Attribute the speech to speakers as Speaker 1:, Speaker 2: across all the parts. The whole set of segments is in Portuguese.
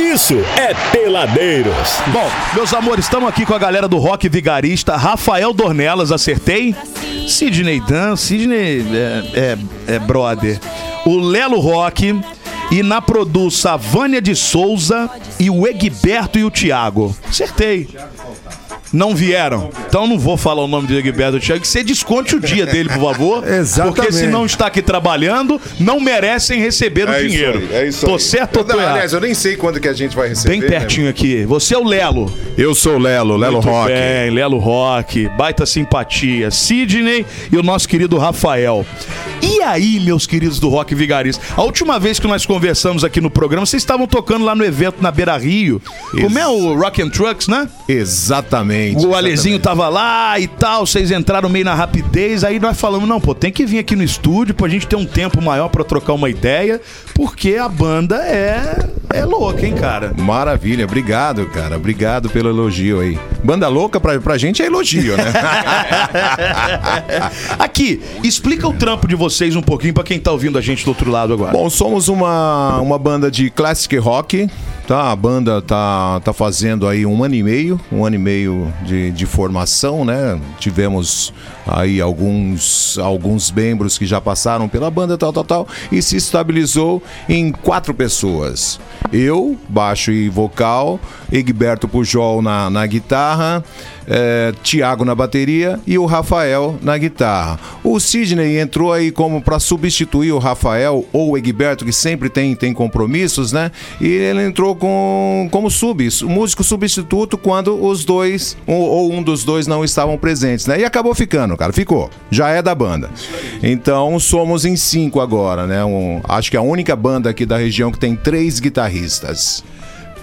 Speaker 1: isso é Peladeiros.
Speaker 2: Bom, meus amores, estamos aqui com a galera do rock vigarista. Rafael Dornelas, acertei. Sidney Dan, Sidney é, é, é brother. O Lelo Rock. E na produça, a Vânia de Souza e o Egberto e o Thiago. Acertei. Não vieram. Então não vou falar o nome do Egberto Thiago. Que você desconte o dia dele, por favor.
Speaker 3: Exatamente.
Speaker 2: Porque se não está aqui trabalhando, não merecem receber
Speaker 4: É
Speaker 2: o
Speaker 4: isso
Speaker 2: dinheiro.
Speaker 4: aí, é isso
Speaker 2: Tô
Speaker 4: aí.
Speaker 2: certo ou
Speaker 4: Eu-
Speaker 2: tô errado?
Speaker 4: Aliás, eu nem sei quando que a gente vai receber.
Speaker 2: Bem
Speaker 4: né?
Speaker 2: pertinho aqui. Você é o Lelo.
Speaker 3: Eu sou o Lelo, Lelo
Speaker 2: Muito
Speaker 3: Rock.
Speaker 2: bem, Lelo Rock, baita simpatia. Sidney e o nosso querido Rafael. E aí, meus queridos do Rock Vigarista? A última vez que nós conversamos aqui no programa, vocês estavam tocando lá no evento na Beira Rio. Como é o Rock and Trucks, né?
Speaker 3: Exatamente.
Speaker 2: O Alezinho tava lá e tal, vocês entraram meio na rapidez, aí nós falamos, não, pô, tem que vir aqui no estúdio pra gente ter um tempo maior pra trocar uma ideia, porque a banda é, é louca, hein, cara?
Speaker 3: Maravilha, obrigado, cara. Obrigado pelo elogio aí. Banda louca pra, pra gente é elogio, né?
Speaker 2: Aqui, explica o trampo de vocês um pouquinho pra quem tá ouvindo a gente do outro lado agora.
Speaker 3: Bom, somos uma, uma banda de classic rock, tá? A banda tá, tá fazendo aí um ano e meio, um ano e meio de, de formação, né? Tivemos aí alguns, alguns membros que já passaram pela banda, tal, tal, tal, e se estabilizou em quatro pessoas. Eu, baixo e vocal, Egberto Pujol na, na guitarra, eh, Tiago na bateria e o Rafael na guitarra. O Sidney entrou aí como para substituir o Rafael ou o Egberto, que sempre tem, tem compromissos, né? E ele entrou com, como sub, músico substituto quando os dois, um, ou um dos dois, não estavam presentes, né? E acabou ficando, cara, ficou. Já é da banda. Então somos em cinco agora, né? Um- acho que é a única banda aqui da região que tem três guitarristas.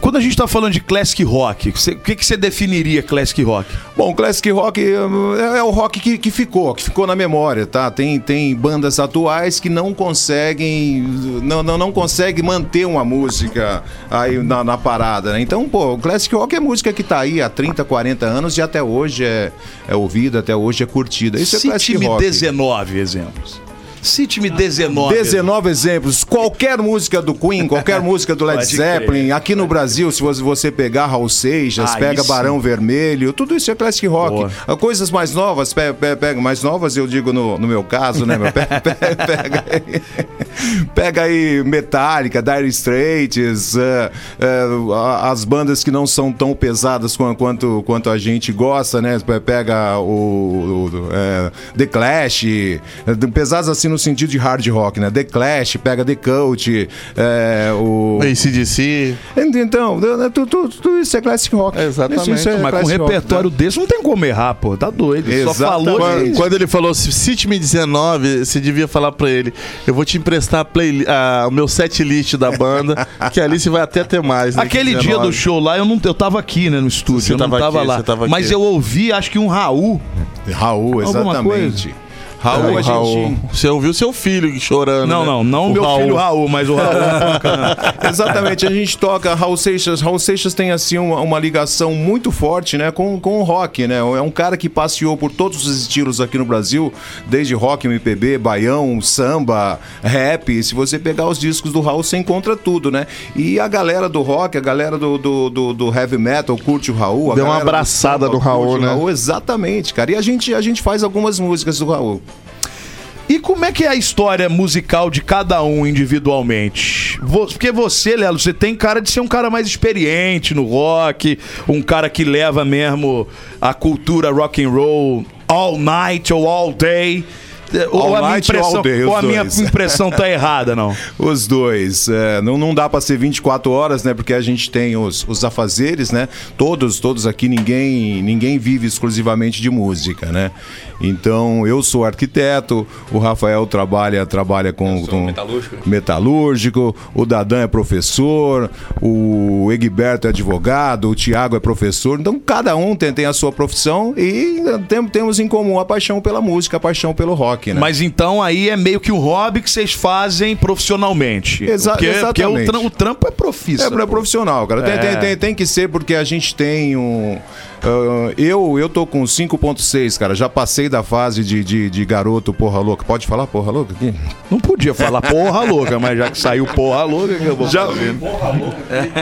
Speaker 2: Quando a gente tá falando de classic rock, você- o que, que você definiria classic rock?
Speaker 3: Bom, classic rock hum, é é o rock que, que ficou, que ficou na memória, tá? Tem, tem bandas atuais que não conseguem, não, não, não consegue manter uma música aí na, na parada, né? Então, pô, o classic rock é música que tá aí há 30, 40 anos e até hoje é, é ouvida, até hoje é curtida. Isso é classic
Speaker 2: Cite-me
Speaker 3: rock.
Speaker 2: 19 exemplos. Cite-me 19.
Speaker 3: 19 exemplos. Qualquer música do Queen, qualquer música do Led
Speaker 2: Pode
Speaker 3: Zeppelin,
Speaker 2: crer. Ah, é
Speaker 3: aqui no Brasil, se você- você pegar Raul Seixas,
Speaker 2: Aí
Speaker 3: pega
Speaker 2: sim.
Speaker 3: Barão Vermelho, tudo isso é classic rock.
Speaker 2: Boa.
Speaker 3: Coisas mais novas, pe- pe- pega mais novas, eu digo no, no meu caso, né? meu? Pe- pe- pega, aí, pega aí Metallica, Dire Straits, eh, eh, a- as bandas que não são tão pesadas quan- quanto, quanto a gente gosta, né? Pe- Pega o, o- eh, The Clash, eh, pesadas assim no sentido de hard rock, né? The Clash, pega The Cult, eh, o...
Speaker 5: ACDC.
Speaker 3: Então, tu- tu- tudo, isso é classic rock.
Speaker 5: Exatamente.
Speaker 3: Isso é
Speaker 2: Mas com um
Speaker 3: classic rock,
Speaker 2: repertório desse não tem como errar, pô. Tá doido. Só
Speaker 3: Exatamente.
Speaker 2: falou de...
Speaker 5: Quando, quando ele falou, cite-me 19, você devia falar pra ele, eu vou te emprestar a playli- a- o meu set list da banda, que ali você vai até ter mais. né,
Speaker 2: Aquele
Speaker 5: que
Speaker 2: dia
Speaker 5: 19.
Speaker 2: do show lá, eu não eu tava aqui, né, no estúdio,
Speaker 5: Você
Speaker 2: eu não
Speaker 5: tava
Speaker 2: tava
Speaker 5: aqui,
Speaker 2: lá.
Speaker 5: você tava
Speaker 2: Mas
Speaker 5: aqui.
Speaker 2: eu ouvi, acho que um Raul.
Speaker 3: né? Raul,
Speaker 2: Alguma
Speaker 3: exatamente.
Speaker 5: Raul,
Speaker 3: Raul, a gente-
Speaker 5: É, Raul. Você ouviu seu filho chorando.
Speaker 2: Não,
Speaker 5: né?
Speaker 2: não, não o
Speaker 5: O
Speaker 2: meu
Speaker 5: Raul.
Speaker 2: filho Raul, mas o Raul.
Speaker 3: Exatamente, a gente toca Raul Seixas. Raul Seixas tem, assim, uma, uma ligação muito forte, né, com, com o rock, né? É um cara que passeou por todos os estilos aqui no Brasil, desde rock, MPB, baião, samba, rap. Se você pegar os discos do Raul, você encontra tudo, né? E a galera do rock, a galera do, do, do- do heavy metal curte o Raul. a
Speaker 5: Deu uma
Speaker 3: galera do
Speaker 5: abraçada
Speaker 3: samba
Speaker 5: no Raul,
Speaker 3: curte o
Speaker 5: né?
Speaker 3: Exatamente, cara. E a gente, a gente faz algumas músicas do Raul.
Speaker 2: e como é que é a história musical de cada um individualmente? Vo- Porque você, Lelo, você tem cara de ser um cara mais experiente no rock, um cara que leva mesmo a cultura rock and roll all night ou all day. É, Ou
Speaker 3: All
Speaker 2: a minha
Speaker 3: night ou all
Speaker 2: impressão,
Speaker 3: day, os
Speaker 2: ou a minha
Speaker 3: dois.
Speaker 2: impressão tá errada, não.
Speaker 3: Os dois. É, não, não dá pra ser 24 horas, né? Porque a gente tem os, os afazeres, né? Todos, todos aqui, ninguém, ninguém vive exclusivamente de música, né? Então, eu sou arquiteto, o Rafael trabalha, trabalha com. com- metalúrgico. o Dadan é professor, o Egberto é advogado, o Tiago é professor. Então, né, cada um tem, tem a sua profissão e tem- temos em comum a paixão pela música, a paixão pelo rock. rock, né?
Speaker 2: Mas então aí é meio que um hobby que vocês fazem profissionalmente.
Speaker 3: Exa-
Speaker 2: porque, Porque o,
Speaker 3: exatamente.
Speaker 2: tram- o trampo é profissa.
Speaker 3: É pra
Speaker 2: pô.
Speaker 3: profissional, cara. Tem,
Speaker 2: É.
Speaker 3: tem- tem- tem que ser porque a gente tem um. ah, eu, eu tô com 5,6, cara. Já passei da fase de, de, de garoto porra louca. Pode falar porra louca aqui?
Speaker 2: Não podia falar porra louca, mas já que saiu porra louca, que eu vou Já...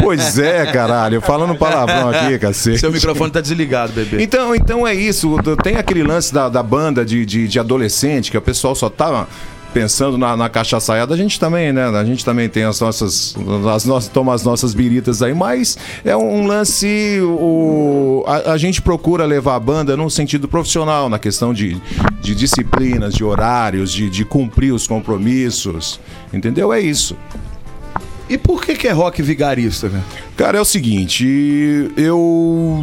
Speaker 3: Pois é, caralho. Falando palavrão aqui, cacete.
Speaker 2: Seu microfone tá desligado, bebê.
Speaker 3: Então, então é isso. Tem aquele lance da, da banda de, de, de adolescente que o pessoal só tá pensando na, na cachaçaiada. A gente também, né? A gente também tem as nossas. As nossas toma as nossas biritas aí, mas é um lance. O, a, a gente procura levar a banda num sentido profissional, na questão de, de disciplinas, de horários, de, de cumprir os compromissos. Entendeu? É isso.
Speaker 2: E por que, que é rock vigarista, né?
Speaker 3: Cara, é o seguinte, eu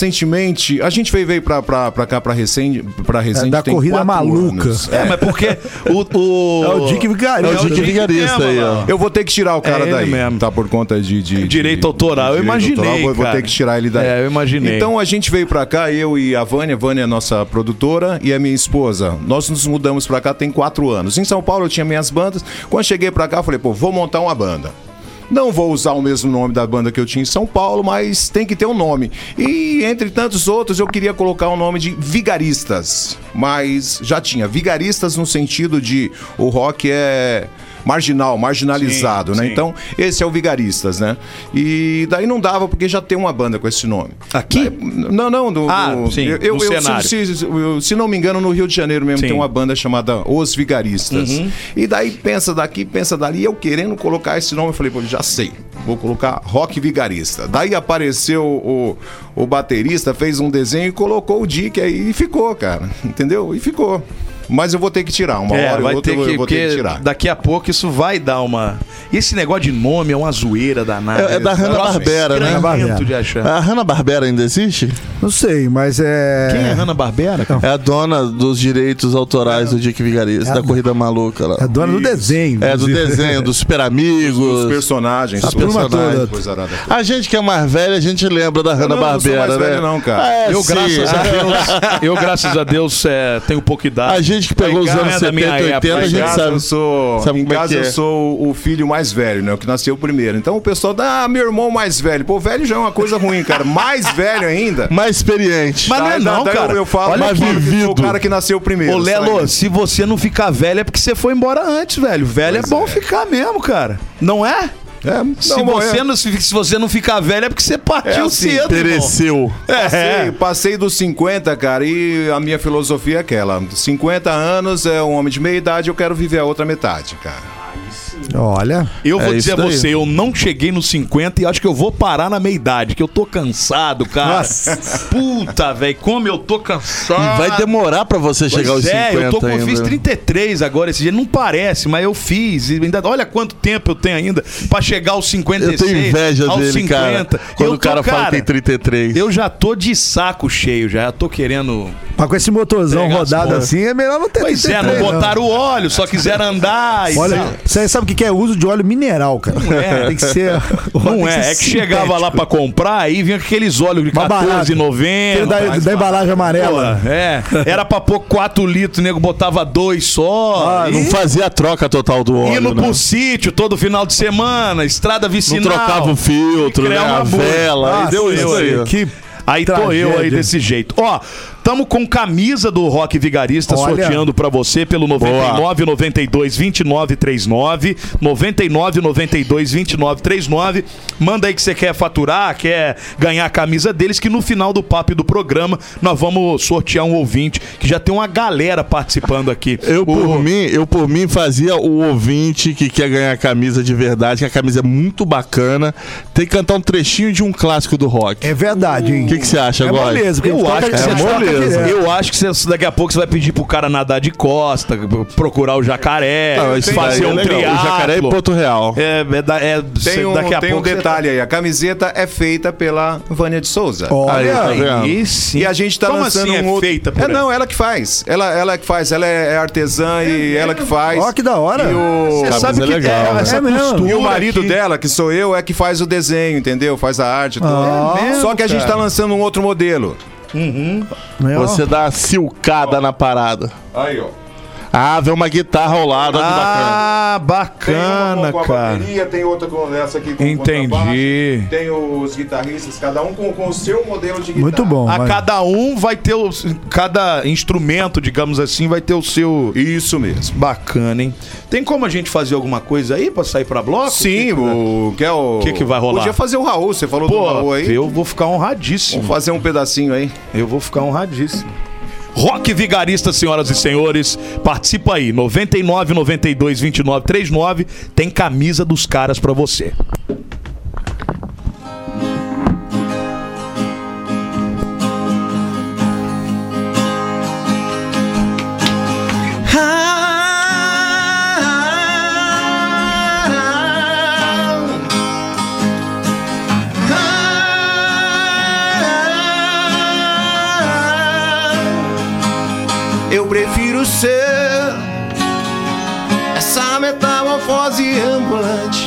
Speaker 3: recentemente, a gente veio, veio pra, pra, pra cá, pra Resende, pra Resende
Speaker 6: da
Speaker 3: tem
Speaker 6: corrida
Speaker 3: quatro
Speaker 6: maluca.
Speaker 3: anos.
Speaker 2: É, mas porque o. o...
Speaker 6: É o Dick Vigarista.
Speaker 2: É o Dick Vigarista aí, ó.
Speaker 3: Eu vou ter que tirar o cara
Speaker 2: É ele
Speaker 3: daí,
Speaker 2: mesmo.
Speaker 3: tá por conta de... de- de-
Speaker 2: Direito autoral, eu
Speaker 3: direito
Speaker 2: imaginei,
Speaker 3: autoral, vou, vou
Speaker 2: cara.
Speaker 3: ter que tirar ele daí.
Speaker 2: É, eu imaginei.
Speaker 3: Então a gente veio pra cá, eu e a Vânia, Vânia é nossa produtora e a minha esposa. Nós nos mudamos pra cá tem quatro anos. Em São Paulo eu tinha minhas bandas, quando cheguei pra cá falei, pô, vou montar uma banda. Não vou usar o mesmo nome da banda que eu tinha em São Paulo, mas tem que ter um nome. E entre tantos outros, eu queria colocar o nome de Vigaristas. Mas já tinha. Vigaristas no sentido de o rock é marginal, marginalizado, né? Então, esse é o Vigaristas, né? E daí não dava, porque já tem uma banda com esse nome.
Speaker 2: Aqui?
Speaker 3: Daí- Não, não. Do,
Speaker 2: Ah,
Speaker 3: do-
Speaker 2: sim,
Speaker 3: Eu,
Speaker 2: no
Speaker 3: eu- eu-
Speaker 2: cenário.
Speaker 3: se, se- eu- se não me engano, no Rio de Janeiro mesmo
Speaker 2: Sim. Uhum.
Speaker 3: tem uma banda chamada Os Vigaristas. E daí pensa daqui, pensa dali. Eu querendo colocar esse nome, eu falei, pô, já sei. Vou colocar Rock Vigarista. Daí apareceu o, o baterista, fez um desenho e colocou o Dick aí e ficou, cara. Entendeu? E ficou. Mas eu vou ter que tirar. Uma
Speaker 2: É,
Speaker 3: hora
Speaker 2: vai
Speaker 3: ou outra
Speaker 2: ter
Speaker 3: eu
Speaker 2: que,
Speaker 3: vou- eu vou ter
Speaker 2: porque
Speaker 3: que tirar.
Speaker 2: daqui a pouco isso vai dar uma. E esse negócio de nome é uma zoeira danada.
Speaker 5: É, é da Hanna-Barbera, né?
Speaker 2: Escrevento de achar.
Speaker 5: A Hanna-Barbera ainda existe?
Speaker 6: Não sei, mas é.
Speaker 2: Quem é Hanna-Barbera? cara?
Speaker 5: É a dona dos direitos autorais do Dick Vigarista,
Speaker 6: É a
Speaker 5: da
Speaker 6: do-
Speaker 5: Corrida Maluca lá.
Speaker 6: É dona do desenho.
Speaker 5: É, do
Speaker 6: inclusive.
Speaker 5: desenho, dos Super
Speaker 3: Os
Speaker 5: Amigos.
Speaker 3: personagens.
Speaker 5: a
Speaker 3: todos.
Speaker 5: turma toda.
Speaker 3: Personagens, coisa arada.
Speaker 5: A gente que é mais velho, a gente lembra da
Speaker 3: sou
Speaker 5: Hanna-Barbera,
Speaker 3: mais
Speaker 5: né?
Speaker 3: velho não, cara.
Speaker 5: É,
Speaker 2: Eu,
Speaker 5: sim.
Speaker 2: graças a Deus, eu, graças a Deus, é, tenho pouca idade.
Speaker 5: A gente que pegou
Speaker 2: Lá em
Speaker 5: os
Speaker 2: casa
Speaker 5: anos
Speaker 2: é da minha
Speaker 5: 70, 80,
Speaker 2: época,
Speaker 5: a
Speaker 3: Em
Speaker 5: gente
Speaker 3: casa
Speaker 5: sabe.
Speaker 3: eu sou,
Speaker 5: sabe
Speaker 3: em
Speaker 5: como é
Speaker 3: casa
Speaker 5: que é.
Speaker 3: eu sou o filho mais velho, né? O que nasceu primeiro. Então o pessoal dá, ah, meu irmão mais velho. Pô, velho já é uma coisa ruim, cara. Mais velho ainda.
Speaker 5: Mais experiente.
Speaker 2: Mas não é
Speaker 3: Daí-
Speaker 2: não,
Speaker 3: daí eu-
Speaker 2: cara.
Speaker 3: Eu, falo,
Speaker 2: Olha
Speaker 3: eu falo
Speaker 5: aqui.
Speaker 3: que sou o
Speaker 5: vivido.
Speaker 3: cara que nasceu primeiro.
Speaker 2: Ô, Lelo,
Speaker 3: sabe?
Speaker 2: se você não ficar velho é porque você foi embora antes, velho. Velho é bom ficar mesmo, cara. Não é?
Speaker 3: É, não,
Speaker 2: se,
Speaker 3: bom,
Speaker 2: você
Speaker 3: é.
Speaker 2: não, se, se você não ficar velho é porque você partiu
Speaker 3: É assim,
Speaker 2: cedo, irmão.
Speaker 5: Pereceu.
Speaker 3: Passei, É, passei dos 50, cara, e a minha filosofia é aquela. 50 anos é um homem de meia idade, eu quero viver a outra metade, cara.
Speaker 6: Olha.
Speaker 2: Eu vou
Speaker 5: É
Speaker 2: dizer a
Speaker 5: isso daí.
Speaker 2: você, eu não cheguei nos 50 e acho que eu vou parar na meia-idade, que eu tô cansado, cara. Puta, velho, como eu tô cansado.
Speaker 5: E vai demorar pra você
Speaker 2: Ah. Pois
Speaker 5: chegar aos 50
Speaker 2: é, eu tô com eu fiz
Speaker 5: ainda.
Speaker 2: 33 agora esse dia, não parece, mas eu fiz. E ainda, olha quanto tempo eu tenho ainda pra chegar aos 56,
Speaker 5: eu tenho inveja
Speaker 2: aos
Speaker 5: dele,
Speaker 2: 50.
Speaker 5: cara. Quando
Speaker 2: eu
Speaker 5: o cara
Speaker 2: tô,
Speaker 5: fala que tem 33.
Speaker 2: Eu já tô de saco cheio, já tô querendo.
Speaker 6: Mas com esse motorzão
Speaker 2: Pegar as
Speaker 6: rodado
Speaker 2: porra.
Speaker 6: assim, é melhor não ter
Speaker 2: Pois
Speaker 5: né?
Speaker 2: é, não
Speaker 6: 33,
Speaker 2: botaram o óleo, só quiseram andar. E
Speaker 6: Olha, você sabe o que que é uso de óleo mineral, cara?
Speaker 2: é.
Speaker 6: Tem que ser. tem
Speaker 2: Não é,
Speaker 6: ser
Speaker 2: é que chegava lá pra comprar, aí vinha aqueles óleos de
Speaker 6: Mas barato. Aquele
Speaker 2: 14,90.
Speaker 6: Da, da embalagem amarela.
Speaker 2: Pô, É, era pra pôr 4 litros, o nego botava dois só.
Speaker 6: Ah,
Speaker 5: Não fazia a troca total do óleo,
Speaker 2: Indo
Speaker 5: né?
Speaker 2: pro sítio todo final de semana, estrada
Speaker 5: Não
Speaker 2: vicinal.
Speaker 5: trocava o filtro, né?
Speaker 2: Criar uma Ah,
Speaker 5: A
Speaker 2: bolha.
Speaker 5: vela.
Speaker 2: Nossa,
Speaker 5: e deu isso aí.
Speaker 6: Ah, Que
Speaker 2: Aí tô eu aí
Speaker 6: Tragédia.
Speaker 2: desse jeito. Ó, tamo com camisa do Rock Vigarista
Speaker 6: Olha.
Speaker 2: sorteando pra você pelo 99 92 29 39, 99 92 29 39. Manda aí que você quer faturar, quer ganhar a camisa deles que no final do papo e do programa nós vamos sortear um ouvinte que já tem uma galera participando aqui.
Speaker 5: Eu por mim, eu por mim fazia o ouvinte que quer ganhar a camisa de verdade, que a camisa é muito bacana, tem que cantar um trechinho de um clássico do rock.
Speaker 6: é verdade, hein?
Speaker 5: O que que você acha,
Speaker 6: é
Speaker 5: Góes?
Speaker 6: moleza, porque a
Speaker 2: Eu
Speaker 6: gente toca-
Speaker 2: acho, que
Speaker 6: a
Speaker 2: você tá-
Speaker 6: gente toca é.
Speaker 5: moleza.
Speaker 6: direto.
Speaker 2: eu acho que você- daqui a pouco você vai pedir pro cara nadar de costa, procurar o jacaré,
Speaker 5: Ah, isso
Speaker 2: fazer
Speaker 5: daí é
Speaker 2: um
Speaker 5: legal.
Speaker 2: triatlo.
Speaker 5: O jacaré e Porto Real.
Speaker 2: É, é, da- é cê-
Speaker 3: Tem um,
Speaker 2: daqui a
Speaker 3: tem um
Speaker 2: pouco cê- tá-
Speaker 3: detalhe aí, a camiseta é feita pela Vânia de Souza.
Speaker 5: Aí, tá
Speaker 6: Olha,
Speaker 5: vendo?
Speaker 2: Aí sim.
Speaker 3: E a gente tá
Speaker 2: Como
Speaker 3: lançando
Speaker 2: assim
Speaker 3: um
Speaker 2: é
Speaker 3: outro...
Speaker 2: feita por
Speaker 3: É,
Speaker 2: ela?
Speaker 3: não, ela que faz. Ela, ela que faz, ela é, é artesã e ela
Speaker 2: é.
Speaker 3: que faz.
Speaker 6: Ó, que da hora.
Speaker 3: E o...
Speaker 2: Você
Speaker 5: Camisa
Speaker 2: sabe
Speaker 5: é
Speaker 2: que
Speaker 5: legal,
Speaker 2: é,
Speaker 5: né?
Speaker 2: essa
Speaker 6: É mesmo.
Speaker 2: costura
Speaker 3: E o marido
Speaker 2: aqui.
Speaker 3: dela, que sou eu, é que faz o desenho, entendeu? Faz a arte e tudo.
Speaker 6: Ah, é mesmo,
Speaker 3: Só que a gente tá lançando um outro modelo.
Speaker 6: Né, ó.
Speaker 2: É.
Speaker 5: Você dá uma silcada na parada.
Speaker 3: Aí, ó.
Speaker 5: Ah, vem uma guitarra ao lado, olha que bacana.
Speaker 2: Ah,
Speaker 4: Tem
Speaker 2: bacana,
Speaker 4: uma com, com a
Speaker 2: cara.
Speaker 4: bateria, tem outra com essa aqui com
Speaker 2: Entendi.
Speaker 4: contrabaixo, Tem os guitarristas, cada um com, com o seu modelo de guitarra.
Speaker 6: Muito bom.
Speaker 2: A
Speaker 6: vai.
Speaker 2: cada um vai ter o. Cada instrumento, digamos assim, vai ter o seu.
Speaker 3: Isso mesmo.
Speaker 2: Bacana, hein? Tem como a gente fazer alguma coisa aí pra sair pra bloco?
Speaker 3: Sim, o que é o.
Speaker 2: que que vai rolar?
Speaker 3: Podia fazer o Raul, você falou do
Speaker 2: Pô,
Speaker 3: Raul aí.
Speaker 2: eu vou ficar honradíssimo.
Speaker 3: Vamos fazer um pedacinho aí.
Speaker 2: Eu vou ficar honradíssimo. Rock Vigarista, senhoras e senhores, participa aí, 99 92 29 39, tem camisa dos caras pra você.
Speaker 3: Eu prefiro ser essa metamorfose ambulante.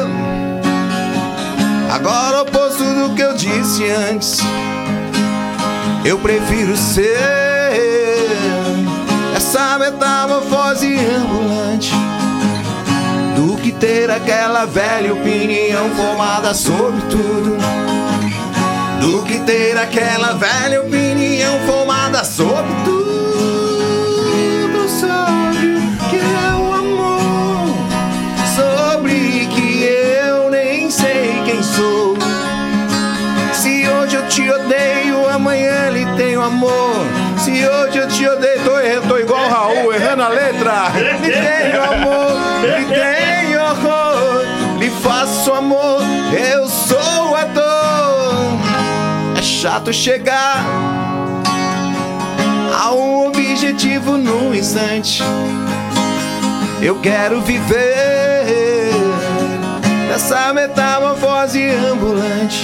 Speaker 3: Agora o oposto do que eu disse antes Eu prefiro ser Essa metamorfose ambulante Do que ter aquela velha opinião formada sobre tudo Do que ter aquela velha opinião formada sobre tudo Sobre o que é o amor sobre que eu nem sei quem sou. Se hoje eu te odeio, amanhã lhe tenho amor. Se hoje eu te odeio, tô, eu tô igual Raul, errando a letra. Lhe tenho amor, lhe tenho horror, lhe faço amor, eu sou a dor. É chato chegar a um objetivo num instante. Eu quero viver essa metamorfose ambulante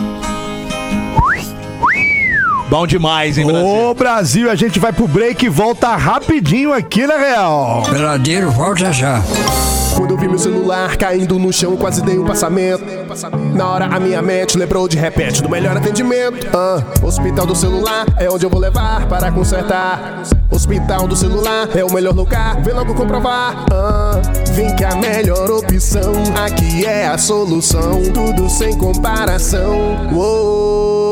Speaker 2: Bom demais, hein, Brasil?
Speaker 6: Ô Brasil, a gente vai pro break e volta rapidinho aqui na Real.
Speaker 7: Peladeiro, volta já.
Speaker 8: Quando eu vi meu celular caindo no chão, quase dei um passamento. Na hora a minha mente lembrou de repente do melhor atendimento. Ah, hospital do celular é onde eu vou levar para consertar. Hospital do celular é o melhor lugar, vem logo comprovar. Ah, vem que a melhor opção aqui é a solução. Tudo sem comparação. Uou.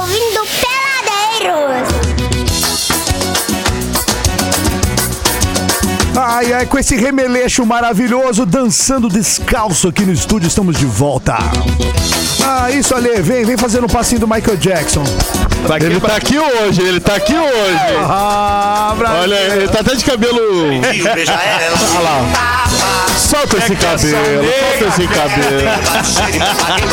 Speaker 9: ouvindo Peladeiros.
Speaker 6: Ai, ai, com esse remeleixo maravilhoso, dançando descalço aqui no estúdio, estamos de volta. Ah, isso, Ale, vem, vem fazendo um passinho do Michael Jackson.
Speaker 2: Tá aqui
Speaker 5: Ele
Speaker 2: pra-
Speaker 5: tá aqui hoje, ele tá aqui hoje.
Speaker 6: Ah, Brasil.
Speaker 5: Olha, ele tá até de cabelo. Olha lá. Solta esse cabelo, solta esse cabelo.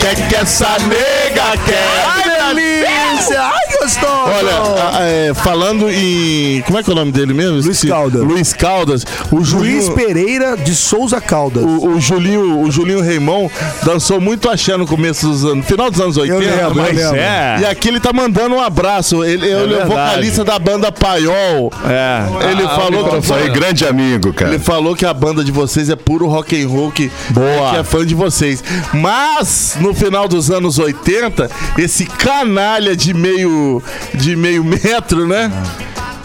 Speaker 5: Quer que essa nega quer?
Speaker 6: Ai, delícia! Ai, gostoso!
Speaker 5: Olha, a- é, falando em. Como é que é o nome dele mesmo? Luiz
Speaker 6: Caldas.
Speaker 5: Luiz Caldas. O
Speaker 6: Luiz
Speaker 5: Julinho,
Speaker 6: Pereira de Souza Caldas.
Speaker 5: o, o Julinho, o Julinho Raimon dançou muito achando no começo dos anos, final dos anos 80.
Speaker 6: lembro, eu
Speaker 5: mas
Speaker 6: lembro.
Speaker 5: é. E aqui ele tá mandando um abraço. Ele, ele é o
Speaker 2: verdade.
Speaker 5: vocalista da banda Paiol.
Speaker 2: É.
Speaker 5: Ele falou que
Speaker 4: Isso Ah, aí, grande amigo, cara.
Speaker 5: Ele falou que a banda de vocês é puro rock and roll, que,
Speaker 2: Boa.
Speaker 5: que é fã de vocês. Mas, no final dos anos 80, esse canalha de meio, de meio metro, né?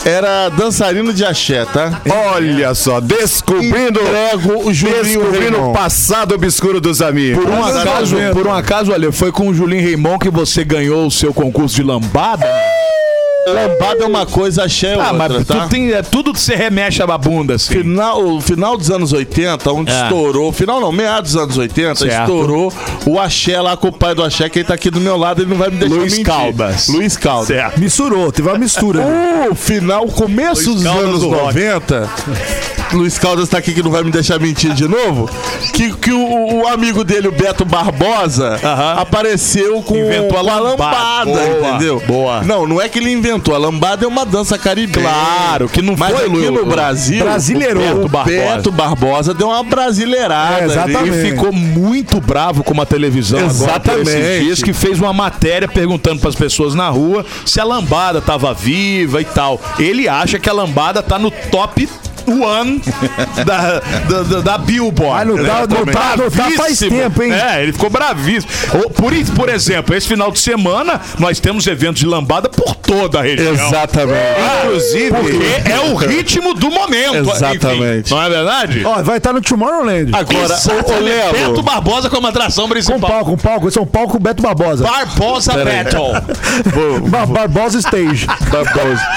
Speaker 5: Era dançarino de axé, tá?
Speaker 4: Olha só, descobrindo,
Speaker 5: Entrego o Julinho
Speaker 4: descobrindo o
Speaker 5: Raymond.
Speaker 4: passado obscuro dos amigos.
Speaker 2: Por um
Speaker 3: Tá
Speaker 2: acaso, por um acaso, olha, foi com o Julinho Raimon que você ganhou o seu concurso de lambada?
Speaker 5: Lambada é uma coisa, axé é
Speaker 2: Ah,
Speaker 5: outra,
Speaker 2: mas
Speaker 5: tá?
Speaker 2: tu tem, é, tudo que você remexe a bunda, assim.
Speaker 5: Final, o final dos anos 80, onde
Speaker 2: É.
Speaker 5: estourou, final não, meados dos anos 80,
Speaker 2: Certo.
Speaker 5: estourou o axé lá com o pai do axé, quem tá aqui do meu lado, ele não vai me deixar
Speaker 2: Luiz
Speaker 5: mentir.
Speaker 2: Caldas.
Speaker 5: Luiz Caldas.
Speaker 2: Certo.
Speaker 6: Misturou, teve uma mistura. né?
Speaker 5: O final, o começo
Speaker 2: Luiz
Speaker 5: dos
Speaker 2: Caldas
Speaker 5: anos
Speaker 2: do rock.
Speaker 5: 90, Luiz Caldas tá aqui que não vai me deixar mentir de novo, que, que o, o amigo dele, o Beto Barbosa,
Speaker 2: Aham.
Speaker 5: apareceu com
Speaker 2: Inventou a
Speaker 5: uma
Speaker 2: lambada.
Speaker 5: lambada,
Speaker 2: Boa,
Speaker 5: entendeu?
Speaker 2: boa.
Speaker 5: Não, não é que ele inventou, a lambada é uma dança caribenha.
Speaker 2: Claro, que não
Speaker 5: Mas
Speaker 2: foi,
Speaker 5: aqui
Speaker 2: Lu-
Speaker 5: no Brasil,
Speaker 2: Brasileirou.
Speaker 5: o Beto Barbosa, Beto Barbosa deu uma brasileirada.
Speaker 6: É,
Speaker 5: ali.
Speaker 6: exatamente.
Speaker 2: E ficou muito bravo com uma televisão agora por esses
Speaker 5: Exatamente.
Speaker 2: dias que fez uma matéria perguntando pras pessoas na rua se a lambada tava viva e tal. Ele acha que a lambada tá no top one da, da, da- da Billboard.
Speaker 6: Ah, não tá- não tá- não tá faz
Speaker 2: Bravíssimo.
Speaker 6: tempo, hein?
Speaker 2: É, ele ficou bravíssimo. Ô, Por, isso, por exemplo, esse final de semana nós temos eventos de lambada por toda a região.
Speaker 5: Exatamente.
Speaker 2: Inclusive, porque é o ritmo do momento.
Speaker 5: Exatamente.
Speaker 2: Enfim, não é verdade?
Speaker 6: Ó, vai estar no Tomorrowland.
Speaker 5: Agora, ô, ô
Speaker 2: Exatamente. Beto
Speaker 5: Lelo,
Speaker 2: Barbosa como atração
Speaker 6: Com
Speaker 2: principal.
Speaker 6: palco, com palco. Esse é um palco Beto Barbosa.
Speaker 2: Barbosa Battle.
Speaker 6: Ba- Barbosa Stage.
Speaker 5: Barbosa.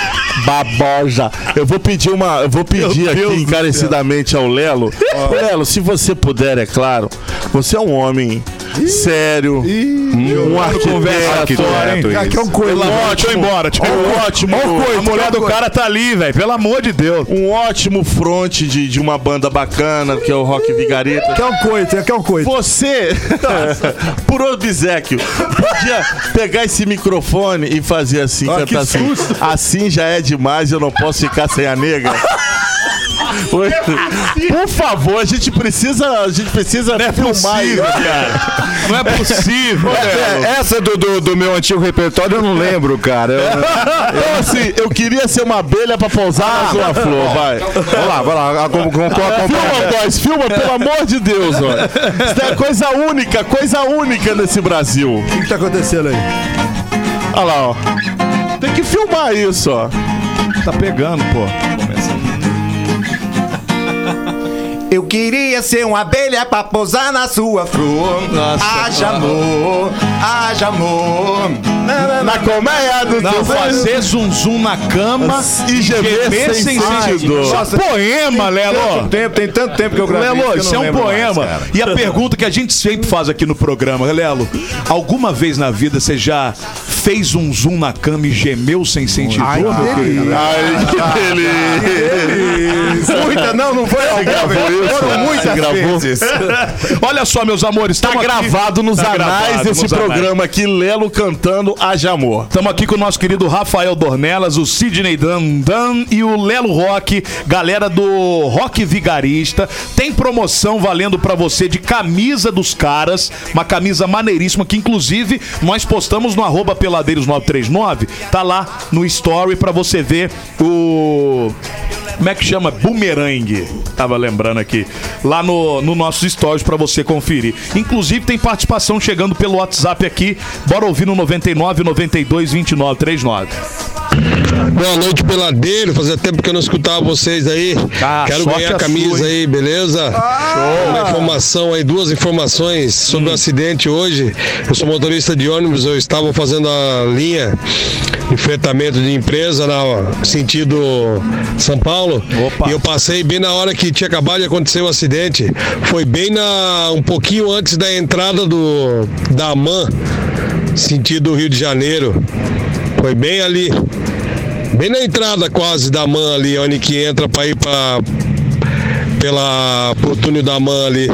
Speaker 5: Barbosa. Eu vou pedir uma. Eu vou pedir aqui encarecidamente ao Lelo. Lelo, se você puder, é claro. Você é um homem sério. um arquiteto.
Speaker 6: Aqui é um coelho.
Speaker 2: Deixa eu ir embora. Deixa eu ir embora.
Speaker 5: ótimo.
Speaker 2: A mulher do cara tá ali, velho. Pelo amor de Deus.
Speaker 5: Um ótimo front de, de uma banda bacana, que é o Rock Vigareta.
Speaker 6: Aqui é um coito, aqui é um coito.
Speaker 5: Você, por obsequio, podia pegar esse microfone e fazer assim,
Speaker 6: Ah, que
Speaker 5: cantar assim. Assim já é demais, eu não posso ficar sem a nega. Oi. Por favor, a gente precisa, a gente precisa filmar isso, cara.
Speaker 2: Não é possível, velho.
Speaker 7: essa do, do, do meu antigo repertório eu não lembro, cara. Eu-
Speaker 5: Então assim, eu queria ser uma abelha pra pousar na sua flor, vai.
Speaker 7: Vai lá, vai lá. Com, com, com,
Speaker 5: Ah, Filma, boys, filma, pelo amor de Deus, olha. Isso é coisa única, coisa única nesse Brasil.
Speaker 6: O que, que tá acontecendo aí?
Speaker 5: Olha lá, ó. Tem que filmar isso, ó.
Speaker 2: Tá pegando, pô.
Speaker 7: Eu queria ser uma abelha pra pousar na sua flor. haja amor, haja amor.
Speaker 5: Na colmeia do
Speaker 2: Não,
Speaker 5: teu
Speaker 2: fazer zum zum na cama
Speaker 5: e gemer,
Speaker 2: gemer sem
Speaker 5: sem, sentido.
Speaker 2: Nossa, poema, Lelo.
Speaker 7: Tempo, tem tanto tempo que eu gravei.
Speaker 2: Lelo,
Speaker 7: que eu
Speaker 2: isso
Speaker 7: não
Speaker 2: é um
Speaker 7: lembro
Speaker 2: poema.
Speaker 7: mais, cara.
Speaker 2: e a pergunta que a gente sempre faz aqui no programa, Lelo, alguma vez na vida você já fez um zoom na cama e gemeu sem sentido?
Speaker 5: Ai, que delícia.
Speaker 7: Muita, não, não foi alguma
Speaker 5: gravou
Speaker 7: vez.
Speaker 5: isso?
Speaker 7: Foram
Speaker 5: Você
Speaker 7: muitas
Speaker 5: gravou?
Speaker 7: vezes.
Speaker 2: Olha só, meus amores,
Speaker 5: Tá gravado nos anais desse programa aqui, Lelo cantando Haja Amor.
Speaker 2: Estamos aqui com o nosso querido Rafael Dornelas, o Sidney Dandan e o Lelo Rock, galera do Rock Vigarista. Tem promoção valendo pra você de camisa dos caras, uma camisa maneiríssima que inclusive nós postamos no arroba peladeiros939, tá lá no story pra você ver o como é que chama? Boomerang. Tava lembrando aqui. Lá no, no nosso stories pra você conferir. Inclusive tem participação chegando pelo WhatsApp aqui. Bora ouvir no 99 92 29 39.
Speaker 10: Boa noite, peladeiro. Fazia tempo que eu não escutava vocês aí.
Speaker 2: Ah,
Speaker 10: Quero
Speaker 2: sorte
Speaker 10: ganhar a
Speaker 2: a
Speaker 10: camisa
Speaker 2: sua, hein?
Speaker 10: aí, beleza? Uma informação aí, duas informações sobre o acidente hoje. Eu sou motorista de ônibus, eu estava fazendo a linha enfrentamento de empresa na sentido São Paulo.
Speaker 2: Opa.
Speaker 10: E eu passei bem na hora que tinha acabado de acontecer o acidente. Foi bem na um pouquinho antes da entrada do da AMAN, sentido Rio de Janeiro. Foi bem ali. Bem na entrada quase da Man ali, onde que entra pra ir pra, pela, pro túnel da Man ali.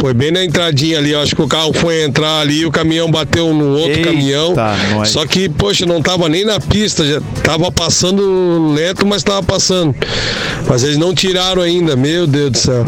Speaker 10: Foi bem na entradinha ali, eu acho que o carro foi entrar ali e o caminhão bateu no outro
Speaker 2: Eita,
Speaker 10: caminhão.
Speaker 2: nós.
Speaker 10: Só que, poxa, não tava nem na pista, já tava passando lento, mas tava passando. Mas eles não tiraram ainda, meu Deus do céu.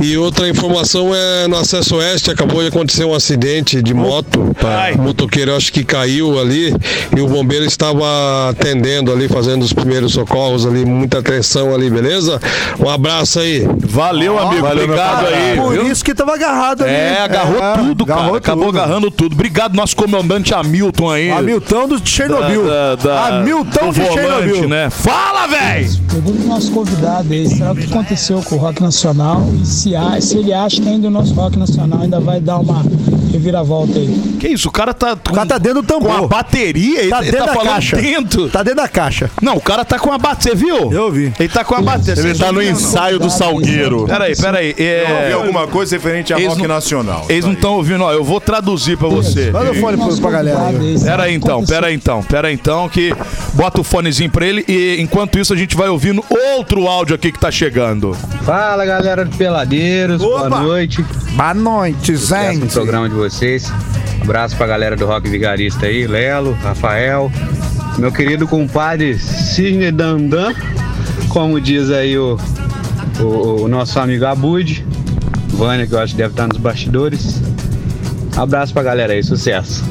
Speaker 10: E outra informação é no acesso oeste, acabou de acontecer um acidente de moto.
Speaker 2: pai.
Speaker 10: O motoqueiro eu acho que caiu ali e o bombeiro estava atendendo ali, fazendo os primeiros socorros ali, muita atenção ali, beleza? Um abraço aí.
Speaker 2: Valeu, amigo. Obrigado aí.
Speaker 6: é Por isso que tava agarrado ali.
Speaker 2: É, agarrou tudo, cara.
Speaker 6: agarrou
Speaker 2: Acabou
Speaker 6: tudo.
Speaker 2: agarrando tudo. Obrigado, nosso comandante Hamilton aí.
Speaker 6: Hamilton do Chernobyl.
Speaker 2: Da, da,
Speaker 6: Hamilton
Speaker 2: do
Speaker 6: de
Speaker 2: volante,
Speaker 6: Chernobyl.
Speaker 2: né? Fala, velho!
Speaker 11: Pergunta pro nosso convidado aí, será o que aconteceu com o rock nacional e se, a- se ele acha que ainda o nosso rock nacional ainda vai dar uma reviravolta aí?
Speaker 2: Que isso, o cara tá. Com, o
Speaker 6: cara tá dentro do tambor.
Speaker 2: Com a bateria, ele
Speaker 6: Tá
Speaker 2: ele
Speaker 6: dentro
Speaker 2: tá
Speaker 6: da
Speaker 2: falando
Speaker 6: caixa.
Speaker 2: dentro.
Speaker 6: Tá dentro da caixa.
Speaker 2: Não, o cara tá com a bateria, você viu?
Speaker 6: Eu vi.
Speaker 2: Ele tá com a bateria.
Speaker 5: Ele
Speaker 2: vocês
Speaker 5: tá
Speaker 2: não
Speaker 5: no
Speaker 2: viram, não?
Speaker 5: ensaio do Salgueiro.
Speaker 2: Peraí, peraí.
Speaker 3: Eu
Speaker 2: É,
Speaker 3: ouvi alguma coisa referente a
Speaker 2: Eles
Speaker 3: rock
Speaker 2: não-
Speaker 3: nacional.
Speaker 2: eles não estão ouvindo, ó. Eu vou traduzir pra você.
Speaker 6: Manda o fone pro- pra galera aí.
Speaker 2: Pera aí então, pera aí então, pera aí então que bota o fonezinho pra ele e enquanto isso a gente vai ouvindo outro áudio aqui que tá chegando.
Speaker 12: Fala galera do Peladeiros, boa noite.
Speaker 6: Boa noite,
Speaker 12: Péssimo
Speaker 6: gente.
Speaker 12: programa de vocês. Abraço pra galera do Rock Vigarista aí, Lelo, Rafael, meu querido compadre Cisne Dandan, como diz aí o, o, o nosso amigo Abud, Vânia, que eu acho que deve estar nos bastidores. Abraço pra galera aí, sucesso.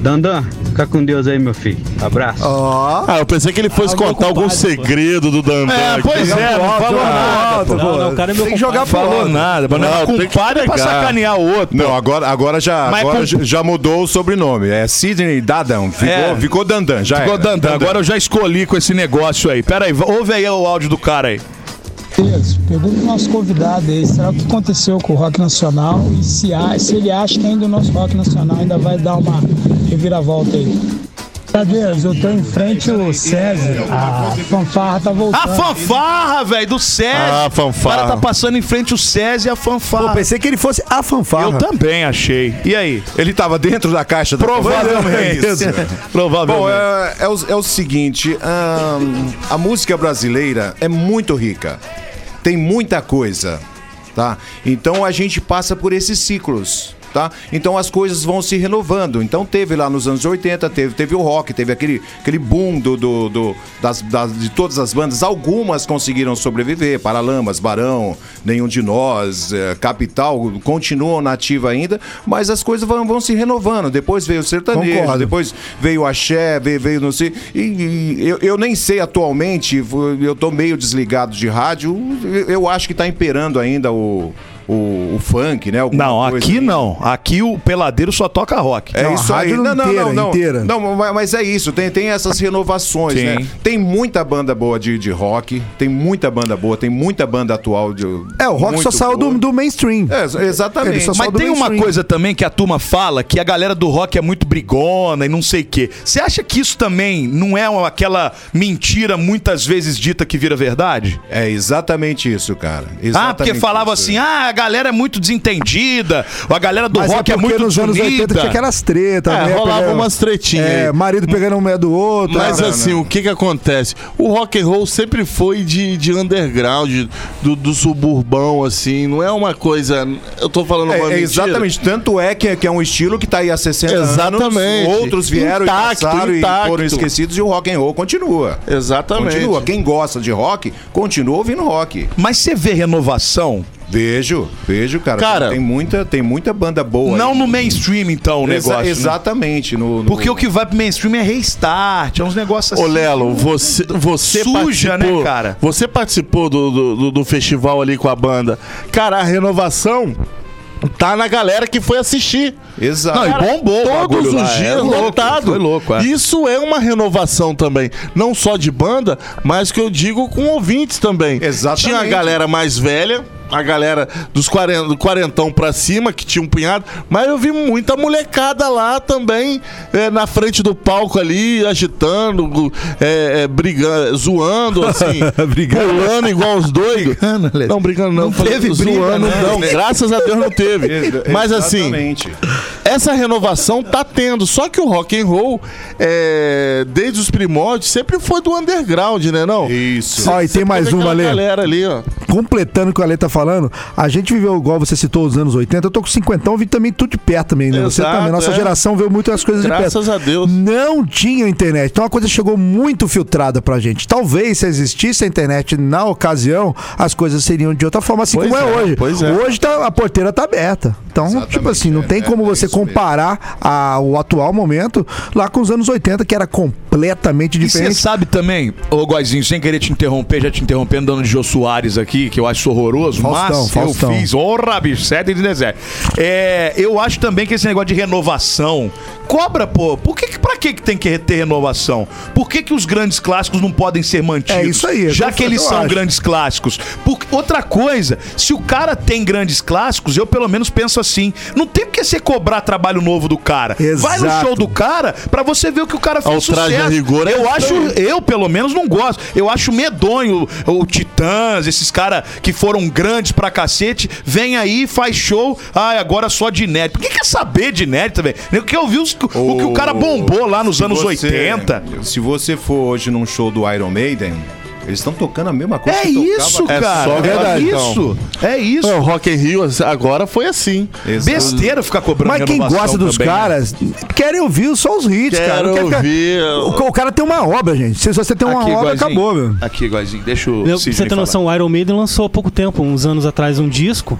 Speaker 12: Dandan, fica com Deus aí, meu filho. Abraço.
Speaker 6: Ó.
Speaker 5: Ah, eu pensei que ele fosse contar algum segredo do Dandan.
Speaker 2: É,
Speaker 5: aqui.
Speaker 2: pois é, não falou nada, pô.
Speaker 6: Não,
Speaker 11: não, o cara é meu
Speaker 6: Tem que jogar
Speaker 11: compadre.
Speaker 2: Falou
Speaker 6: fora.
Speaker 2: nada, mas não é
Speaker 5: Não, tem que
Speaker 2: culpado pra
Speaker 5: pegar.
Speaker 2: sacanear o outro.
Speaker 3: Não, agora, agora, já,
Speaker 2: Mas
Speaker 3: agora
Speaker 2: com-
Speaker 3: já- já mudou o sobrenome. É Sidney Dadam. Ficou,
Speaker 2: É.
Speaker 3: ficou Dandan, já
Speaker 2: Ficou
Speaker 3: era.
Speaker 2: Dandan, Então agora eu já escolhi com esse negócio aí. Pera aí, ouve aí o áudio do cara aí.
Speaker 11: Deus, pergunta pro nosso convidado aí, será o que aconteceu com o rock nacional e se, a- se ele acha que ainda o nosso rock nacional ainda vai dar uma reviravolta aí. Cadeiros, eu tô em frente ao César, a fanfarra tá voltando.
Speaker 2: A
Speaker 13: Ah,
Speaker 2: fanfarra, velho, do César.
Speaker 5: Ah, fanfarra.
Speaker 2: O cara tá passando em frente o César e a
Speaker 6: Pô,
Speaker 2: fanfarra.
Speaker 6: pensei que ele fosse a fanfarra.
Speaker 2: Eu também achei. E aí?
Speaker 3: Ele estava dentro da caixa da
Speaker 2: Provavelmente.
Speaker 3: É isso.
Speaker 2: Provavelmente.
Speaker 3: Bom, é, é o, é o seguinte: ahn, a música brasileira é muito rica, tem muita coisa, tá? Então a gente passa por esses ciclos. Tá? Então as coisas vão se renovando. Então teve lá nos anos 80, teve, teve o rock, teve aquele, aquele boom do, do- do- das, das- de todas as bandas. Algumas conseguiram sobreviver, Paralamas, Barão, Nenhum de Nós, eh, Capital, continuam na ativa ainda, mas as coisas vão, vão se renovando. Depois veio o sertanejo,
Speaker 6: Concordo.
Speaker 3: depois veio o axé, veio, veio não sei. E, e eu, eu nem sei atualmente, eu tô meio desligado de rádio. eu- Eu acho que tá imperando ainda o, o, o funk, né? Alguma
Speaker 2: Não,
Speaker 3: coisa
Speaker 2: aqui
Speaker 3: ainda.
Speaker 2: não. Aqui o peladeiro só toca rock.
Speaker 3: É
Speaker 6: Não, a
Speaker 3: isso aí.
Speaker 6: rádio
Speaker 3: Não, não,
Speaker 6: inteira,
Speaker 3: não, não.
Speaker 6: inteira.
Speaker 3: Não, mas- mas é isso. Tem, tem essas renovações,
Speaker 2: Sim.
Speaker 3: né? Tem muita banda boa de, de rock, tem muita banda boa, tem muita banda atual de.
Speaker 6: É, o rock só
Speaker 3: muito
Speaker 6: saiu do,
Speaker 3: boa.
Speaker 6: do mainstream.
Speaker 3: É, exatamente.
Speaker 6: Ele só
Speaker 2: Mas
Speaker 6: do
Speaker 2: tem uma
Speaker 6: mainstream.
Speaker 2: coisa também que a turma fala, que a galera do rock é muito brigona e não sei o quê. Você acha que isso também não é uma- aquela mentira muitas vezes dita que vira verdade?
Speaker 3: É exatamente isso, cara.
Speaker 2: ah, porque
Speaker 3: Exatamente
Speaker 2: falava
Speaker 3: isso.
Speaker 2: assim, ah, a galera é muito desentendida, a galera do
Speaker 6: Mas
Speaker 2: rock é,
Speaker 6: porque
Speaker 2: muito
Speaker 6: nos anos 80 tinha
Speaker 2: desunida.
Speaker 6: aquelas tretas,
Speaker 5: É,
Speaker 6: né?
Speaker 5: rolava
Speaker 6: Pegava-
Speaker 5: umas tretinhas
Speaker 6: É,
Speaker 5: aí.
Speaker 6: marido pegando um meia do outro.
Speaker 5: Mas
Speaker 6: Ah,
Speaker 5: assim, o que que acontece? O rock and roll sempre foi de, de underground, de- do, do suburbão, assim. Não é uma coisa... Eu tô falando uma
Speaker 3: É, é
Speaker 5: mentira.
Speaker 3: exatamente, tanto é que, que é um estilo que tá aí há 60
Speaker 5: Exatamente.
Speaker 3: anos, outros vieram
Speaker 5: Intacto,
Speaker 3: e passaram
Speaker 5: intacto.
Speaker 3: e foram esquecidos e o rock and roll continua.
Speaker 5: Exatamente.
Speaker 3: Continua, quem gosta de rock, continua ouvindo rock.
Speaker 2: Mas você vê renovação,
Speaker 3: Vejo, vejo, cara,
Speaker 5: Cara,
Speaker 3: tem muita, tem muita banda boa.
Speaker 2: não
Speaker 3: aí.
Speaker 2: no mainstream então o
Speaker 3: Exa-
Speaker 2: negócio, né?
Speaker 3: Exatamente, no, no-
Speaker 2: Porque o que vai pro mainstream é restart, é uns negócios
Speaker 5: Ô,
Speaker 2: assim.
Speaker 5: Lelo, você, você
Speaker 2: Suja,
Speaker 5: participou,
Speaker 2: né, cara?
Speaker 5: Você participou do, do, do- do festival ali com a banda. Cara, a renovação tá na galera que foi assistir.
Speaker 3: Exato.
Speaker 5: Cara,
Speaker 2: bombou o
Speaker 5: Todos
Speaker 2: bagulho lá,
Speaker 5: os dias
Speaker 2: é louco,
Speaker 5: lotado.
Speaker 2: foi louco, é.
Speaker 5: Isso é uma renovação também. Não só de banda, mas que eu digo com ouvintes também.
Speaker 3: Exatamente.
Speaker 5: Tinha a galera mais velha, a galera dos 40, do quarentão pra cima, que tinha um punhado, mas eu vi muita molecada lá também, é, na frente do palco ali, agitando, é, é, brigando, zoando, assim, pulando igual os doidos.
Speaker 2: Brigando, Ale.
Speaker 5: não, brigando não,
Speaker 2: teve briga,
Speaker 5: zoando não, graças a Deus não teve. Mas assim,
Speaker 3: Exatamente.
Speaker 5: essa renovação tá tendo. Só que o rock and roll, é, desde os primórdios, sempre foi do underground, né, não?
Speaker 3: Isso.
Speaker 6: Ó, e tem
Speaker 5: Sempre
Speaker 6: mais um,
Speaker 5: teve
Speaker 6: uma,
Speaker 5: aquela
Speaker 6: Lê.
Speaker 5: galera ali, ó.
Speaker 6: Completando o que o Ale tá falando, a gente viveu, igual você citou, os anos 80. Eu tô com 50, eu vi também tudo de perto também, né? você
Speaker 5: Exato,
Speaker 6: também. Nossa
Speaker 5: é.
Speaker 6: geração viu muito as coisas de perto.
Speaker 5: Graças a Deus.
Speaker 6: Não tinha internet. Então a coisa chegou muito filtrada pra gente. Talvez se existisse a internet na ocasião, as coisas seriam de outra forma, assim
Speaker 5: Pois
Speaker 6: como é,
Speaker 5: é,
Speaker 6: hoje.
Speaker 5: pois é.
Speaker 6: Hoje tá, a porteira tá aberta. Então,
Speaker 3: Exatamente,
Speaker 6: tipo assim, não
Speaker 3: é,
Speaker 6: tem
Speaker 3: é,
Speaker 6: como
Speaker 3: é
Speaker 6: você
Speaker 3: isso mesmo.
Speaker 6: comparar a- o atual momento lá com os anos 80, que era completamente diferente.
Speaker 2: E você sabe também, ô Goizinho, sem querer te interromper, já te interrompendo, dando de Jô Soares aqui, que eu acho horroroso,
Speaker 6: Faustão,
Speaker 2: mas
Speaker 6: Faustão.
Speaker 2: eu fiz, honra, bicho, 7 de deserto. É, eu acho também que esse negócio de renovação, cobra, pô, por que, que- pra que, que tem que ter renovação? Por que, que os grandes clássicos não podem ser mantidos?
Speaker 6: É isso aí, é
Speaker 2: Já
Speaker 6: isso
Speaker 2: que eles
Speaker 6: eu
Speaker 2: são
Speaker 6: acho.
Speaker 2: grandes clássicos. Por- outra coisa, se o cara tem grandes clássicos, eu pelo menos penso assim, não tem porque você cobrar trabalho novo do cara. Vai no
Speaker 6: Exato.
Speaker 2: show do cara pra você ver o que o cara fez
Speaker 5: Ao traje a
Speaker 2: sucesso.
Speaker 5: rigor, é
Speaker 2: eu
Speaker 5: isso
Speaker 2: acho, eu pelo menos não gosto. Eu acho medonho o, o Titãs, esses caras que foram grandes pra cacete, vem aí, faz show, ai, agora só de inédito. Quem quer saber de inédito também? Eu quero ouvir os- o que o cara bombou lá nos
Speaker 3: Se
Speaker 2: anos
Speaker 3: você-
Speaker 2: 80.
Speaker 3: Se você for hoje num show do Iron Maiden, eles estão tocando a mesma coisa
Speaker 2: É
Speaker 3: que tocava-
Speaker 2: isso,
Speaker 5: É
Speaker 2: cara.
Speaker 5: só
Speaker 2: é
Speaker 5: verdade, então.
Speaker 2: isso. É isso.
Speaker 5: Não, o Rock in Rio agora foi assim.
Speaker 2: Besteira ficar cobrando
Speaker 6: Mas quem
Speaker 2: renovação
Speaker 6: gosta dos
Speaker 2: também, né?
Speaker 6: caras, querem ouvir só os hits, cara.
Speaker 5: Quero
Speaker 6: Não quer ficar-
Speaker 5: ouvir.
Speaker 6: O, o cara tem uma obra, gente. Se você tem uma
Speaker 2: Aqui, Ah,
Speaker 6: obra,
Speaker 2: Goizinho.
Speaker 6: acabou, meu.
Speaker 2: Aqui, Goizinho, deixa o
Speaker 13: Meu, pra
Speaker 2: Sidney
Speaker 13: você ter
Speaker 2: falar.
Speaker 13: noção, Então, o Iron Maiden lançou há pouco tempo, uns anos atrás, um disco.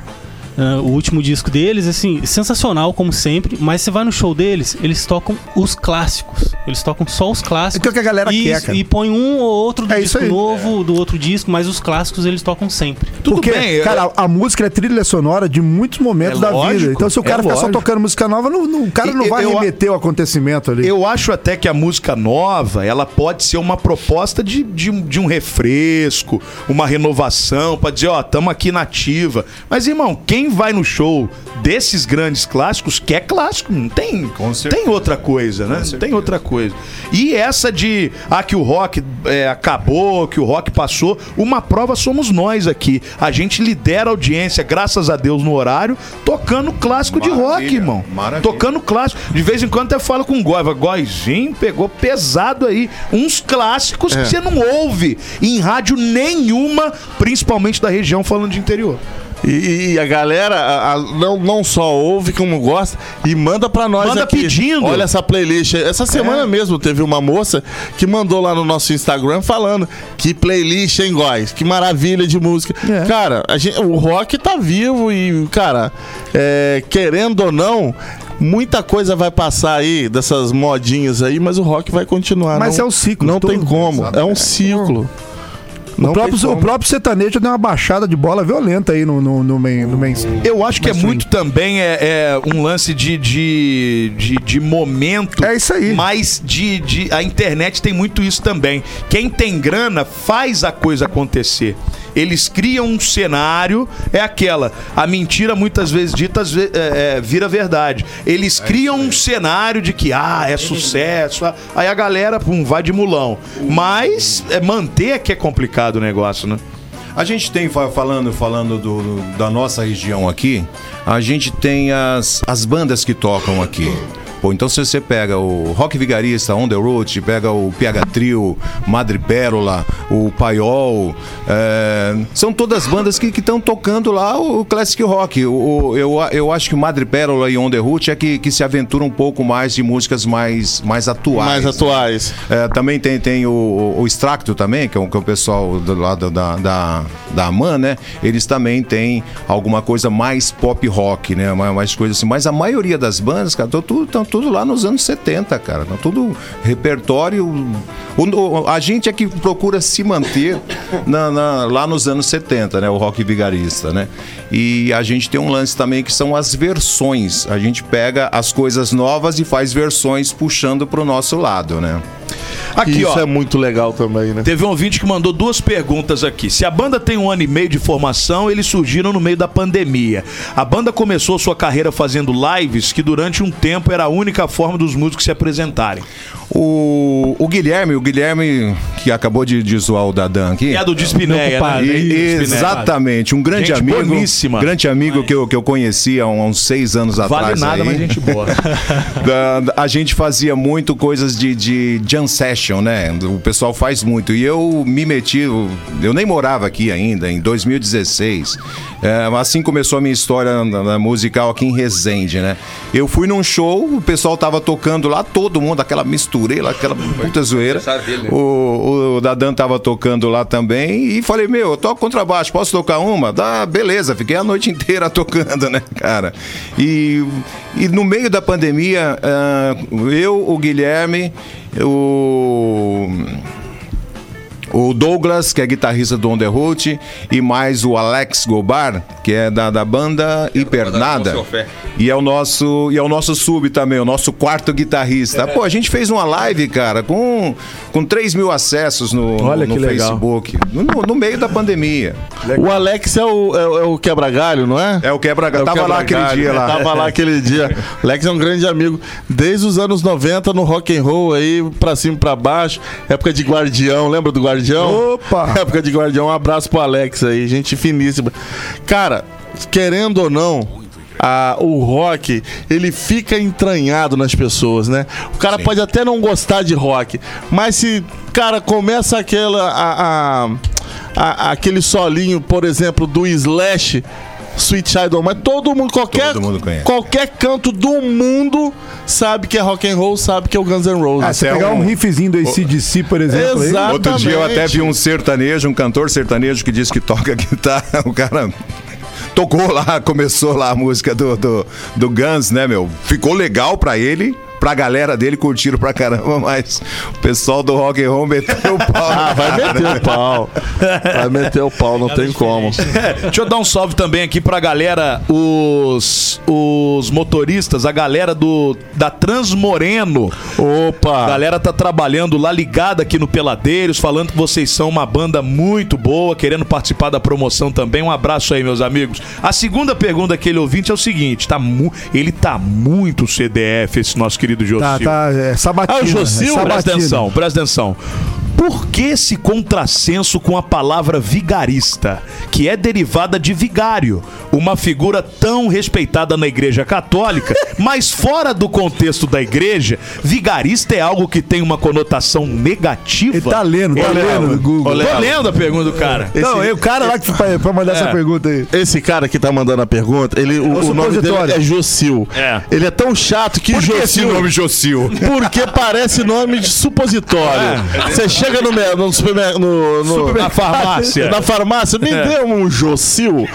Speaker 13: ah, o último disco deles, assim, sensacional, como sempre. Mas você vai no show deles, eles tocam os clássicos. Eles tocam só os clássicos.
Speaker 6: É o que a galera
Speaker 13: e,
Speaker 6: quer, cara.
Speaker 13: E põe um ou outro do
Speaker 6: É isso
Speaker 13: disco
Speaker 6: aí.
Speaker 13: novo, do outro disco, mas os clássicos eles tocam sempre.
Speaker 6: Porque, cara, a música é trilha sonora de muitos momentos
Speaker 13: É
Speaker 6: da
Speaker 13: lógico,
Speaker 6: vida. Então, se
Speaker 13: é
Speaker 6: o cara ficar só
Speaker 13: lógico.
Speaker 6: tocando música nova, não, não- o cara não
Speaker 2: E-
Speaker 6: vai
Speaker 2: eu-
Speaker 6: remeter o acontecimento ali.
Speaker 2: Eu acho até que a música nova, ela pode ser uma proposta de, de, um- de um refresco, uma renovação, pra dizer, ó, tamo aqui nativa. Mas, irmão, quem vai no show desses grandes clássicos quer clássico, não tem, tem outra coisa, né? Não tem outra coisa. E essa de, ah, que o rock é, acabou, que o rock passou, uma prova somos nós aqui. A gente lidera a audiência, graças a Deus, no horário, tocando clássico de rock, irmão. Tocando clássico. De vez em quando até falo com o Goiva. Goizinho pegou pesado aí. Uns clássicos
Speaker 5: É.
Speaker 2: que você não ouve em rádio nenhuma, principalmente da região falando de interior.
Speaker 5: E, e- e a galera a- a- não, não só ouve como gosta e manda pra nós
Speaker 2: Manda
Speaker 5: aqui.
Speaker 2: pedindo.
Speaker 5: Olha essa playlist. Essa semana mesmo teve uma moça que mandou lá no nosso Instagram falando que playlist, hein, Góis? Que maravilha de música. Cara, a gente- o rock tá vivo e, cara, é, querendo ou não, muita coisa vai passar aí dessas modinhas aí, mas o rock vai continuar.
Speaker 6: Mas
Speaker 5: não,
Speaker 6: é um ciclo,
Speaker 5: Não
Speaker 6: todo-
Speaker 5: tem como. É um
Speaker 6: Exato.
Speaker 5: ciclo.
Speaker 6: o,
Speaker 5: Não tem
Speaker 6: próprio, o
Speaker 5: como.
Speaker 6: próprio sertanejo deu uma baixada de bola violenta aí no, no, no, main, no main-
Speaker 2: Eu acho que é muito também é, é um lance de, de, de, de momento. É
Speaker 6: isso aí.
Speaker 2: Mas de, de, a internet tem muito isso também. Quem tem grana faz a coisa acontecer. Eles criam um cenário, é aquela. A mentira, muitas vezes dita, às ve- é, é, vira verdade. Eles criam um cenário de que, ah, é sucesso. ah, Aí a galera, pum, vai de mulão. Mas é, manter é que é complicado o negócio, né?
Speaker 3: A gente tem, fa- falando, falando do- do- da nossa região aqui, a gente tem as, as bandas que tocam aqui. Pô, então se você pega o Rock Vigarista, On The Road, pega o PH Trio, Madre Pérola, o Paiol, é, são todas bandas que estão tocando lá o Classic Rock. O- o- eu, a- eu acho que Madre Pérola e On The Road é que, que se aventuram um pouco mais de músicas mais, mais atuais.
Speaker 5: Mais atuais.
Speaker 3: É, também tem, tem o, o, o Extracto também, que é, o, que é o pessoal do lado da, da, da Aman, né? Eles também têm alguma coisa mais pop rock, né? Mais, mais coisa assim. Mas a maioria das bandas, cara, estão tudo, tão tudo lá nos anos 70, cara. Estão tudo repertório. o- o- a gente é que procura se manter na- na- lá nos anos 70, né? O rock vigarista, né? E a gente tem um lance também que são as versões. A gente pega as coisas novas e faz versões puxando pro nosso lado, né?
Speaker 2: Aqui,
Speaker 5: isso
Speaker 2: ó.
Speaker 5: é muito legal também, né?
Speaker 2: Teve um ouvinte que mandou duas perguntas aqui. Se a banda tem um ano e meio de formação, eles surgiram no meio da pandemia. A banda começou sua carreira fazendo lives, que durante um tempo era a única forma dos músicos se apresentarem.
Speaker 3: O, o Guilherme, o Guilherme que acabou de, de zoar o Dadan aqui.
Speaker 2: E É a do Dispineia, né?
Speaker 3: E-
Speaker 6: é
Speaker 2: Dispineia.
Speaker 3: exatamente, um grande
Speaker 2: Gente
Speaker 3: amigo.
Speaker 2: boníssima.
Speaker 3: Grande amigo que eu, que eu conheci há um- há uns seis anos
Speaker 2: Vale
Speaker 3: atrás.
Speaker 2: nada,
Speaker 3: aí.
Speaker 2: mas gente boa.
Speaker 3: Da- da- a gente fazia muito coisas de, de jam session, né? O pessoal faz muito. E eu me meti, eu- eu nem morava aqui ainda, em 2016. É, assim começou a minha história na- na musical aqui em Resende, né? Eu fui num show, o pessoal tava tocando lá, todo mundo, aquela misturela, aquela puta zoeira. O, o Dadan tava tocando lá também e falei, meu, eu toco contrabaixo, posso tocar uma? Dá, beleza, fiquei a noite inteira tocando, né, cara? E, e no meio da pandemia, ah, eu, o Guilherme o o Douglas, que é guitarrista do On The Road, e mais o Alex Gobar, que é da, da banda Hipernada.
Speaker 14: Com Seu Fé.
Speaker 3: E é o nosso e é o nosso sub também, o nosso quarto guitarrista. Pô, a gente fez uma live, cara, com, com 3 mil acessos no,
Speaker 5: Olha
Speaker 3: no,
Speaker 5: que
Speaker 3: no
Speaker 5: legal.
Speaker 3: Facebook, no, no meio da pandemia.
Speaker 5: O Alex é o, é, o- é o quebra-galho, não é? né?
Speaker 3: É o quebra-galho. né? Tava lá aquele dia lá.
Speaker 5: Tava lá aquele dia. Alex é um grande amigo. Desde os anos 90 no rock and roll aí, pra cima e pra baixo. Época de Guardião, lembra do Guardião? Opa! Época de Guardião. Um abraço pro Alex aí, gente finíssima. Cara, querendo ou não, a- o rock, ele fica entranhado nas pessoas, né? O cara pode até não gostar de rock, mas se, cara, começa aquela. a- a- a- aquele solinho, por exemplo, do Slash. Sweet Child O' Mine, todo mundo, qualquer,
Speaker 3: Todo mundo conhece.
Speaker 5: qualquer canto do mundo sabe que é rock and roll, sabe que é o Guns N' Roses.
Speaker 6: Ah, se pegar um, riffzinho do ACDC,
Speaker 2: é,
Speaker 6: por
Speaker 3: é
Speaker 6: exemplo. aí-
Speaker 5: Exatamente.
Speaker 3: um Outro dia eu até vi um sertanejo, um cantor sertanejo que disse que toca guitarra. O cara tocou lá, começou lá a música do, do, do Guns, né, meu? Ficou legal pra ele. Pra galera dele curtiram pra caramba, mas o pessoal do rock and roll meteu o pau. né?
Speaker 5: Ah, vai meter o pau. Vai meter o pau,
Speaker 2: Tá
Speaker 5: não tem como.
Speaker 2: Deixa eu dar um salve também aqui pra galera, os, os motoristas, a galera do da Transmoreno.
Speaker 5: Opa!
Speaker 2: A galera tá trabalhando lá ligada aqui no Peladeiros, falando que vocês são uma banda muito boa, querendo participar da promoção também. Um abraço aí, meus amigos. A segunda pergunta daquele ouvinte é o seguinte, tá mu- ele tá muito CDF esse nosso querido Josil.
Speaker 6: Tá, tá, é sabatina.
Speaker 2: Ah, o Josil,
Speaker 6: é
Speaker 2: presta
Speaker 6: sabatina.
Speaker 2: atenção, presta atenção. Por que esse contrassenso com a palavra vigarista, que é derivada de vigário, uma figura tão respeitada na Igreja Católica, mas fora do contexto da Igreja, vigarista é algo que tem uma conotação negativa? Ele
Speaker 6: tá lendo, tá lendo no Google.
Speaker 2: Tô lendo a pergunta do cara.
Speaker 6: Não, é o cara lá que pra, pra mandar
Speaker 5: É.
Speaker 6: essa pergunta aí.
Speaker 5: Esse cara que tá mandando a pergunta, ele, o,
Speaker 6: o
Speaker 5: o nome dele
Speaker 6: supositório.
Speaker 5: é Jocil. Ele é tão chato que
Speaker 3: Por que
Speaker 5: Jocil.
Speaker 3: esse nome é Jocil?
Speaker 5: Porque parece nome de supositório.
Speaker 2: É,
Speaker 5: Você chega no, me- no, supermer- no, no-
Speaker 2: Supermer- Na farmácia.
Speaker 5: Na farmácia, me
Speaker 2: É.
Speaker 5: deu um Jocil.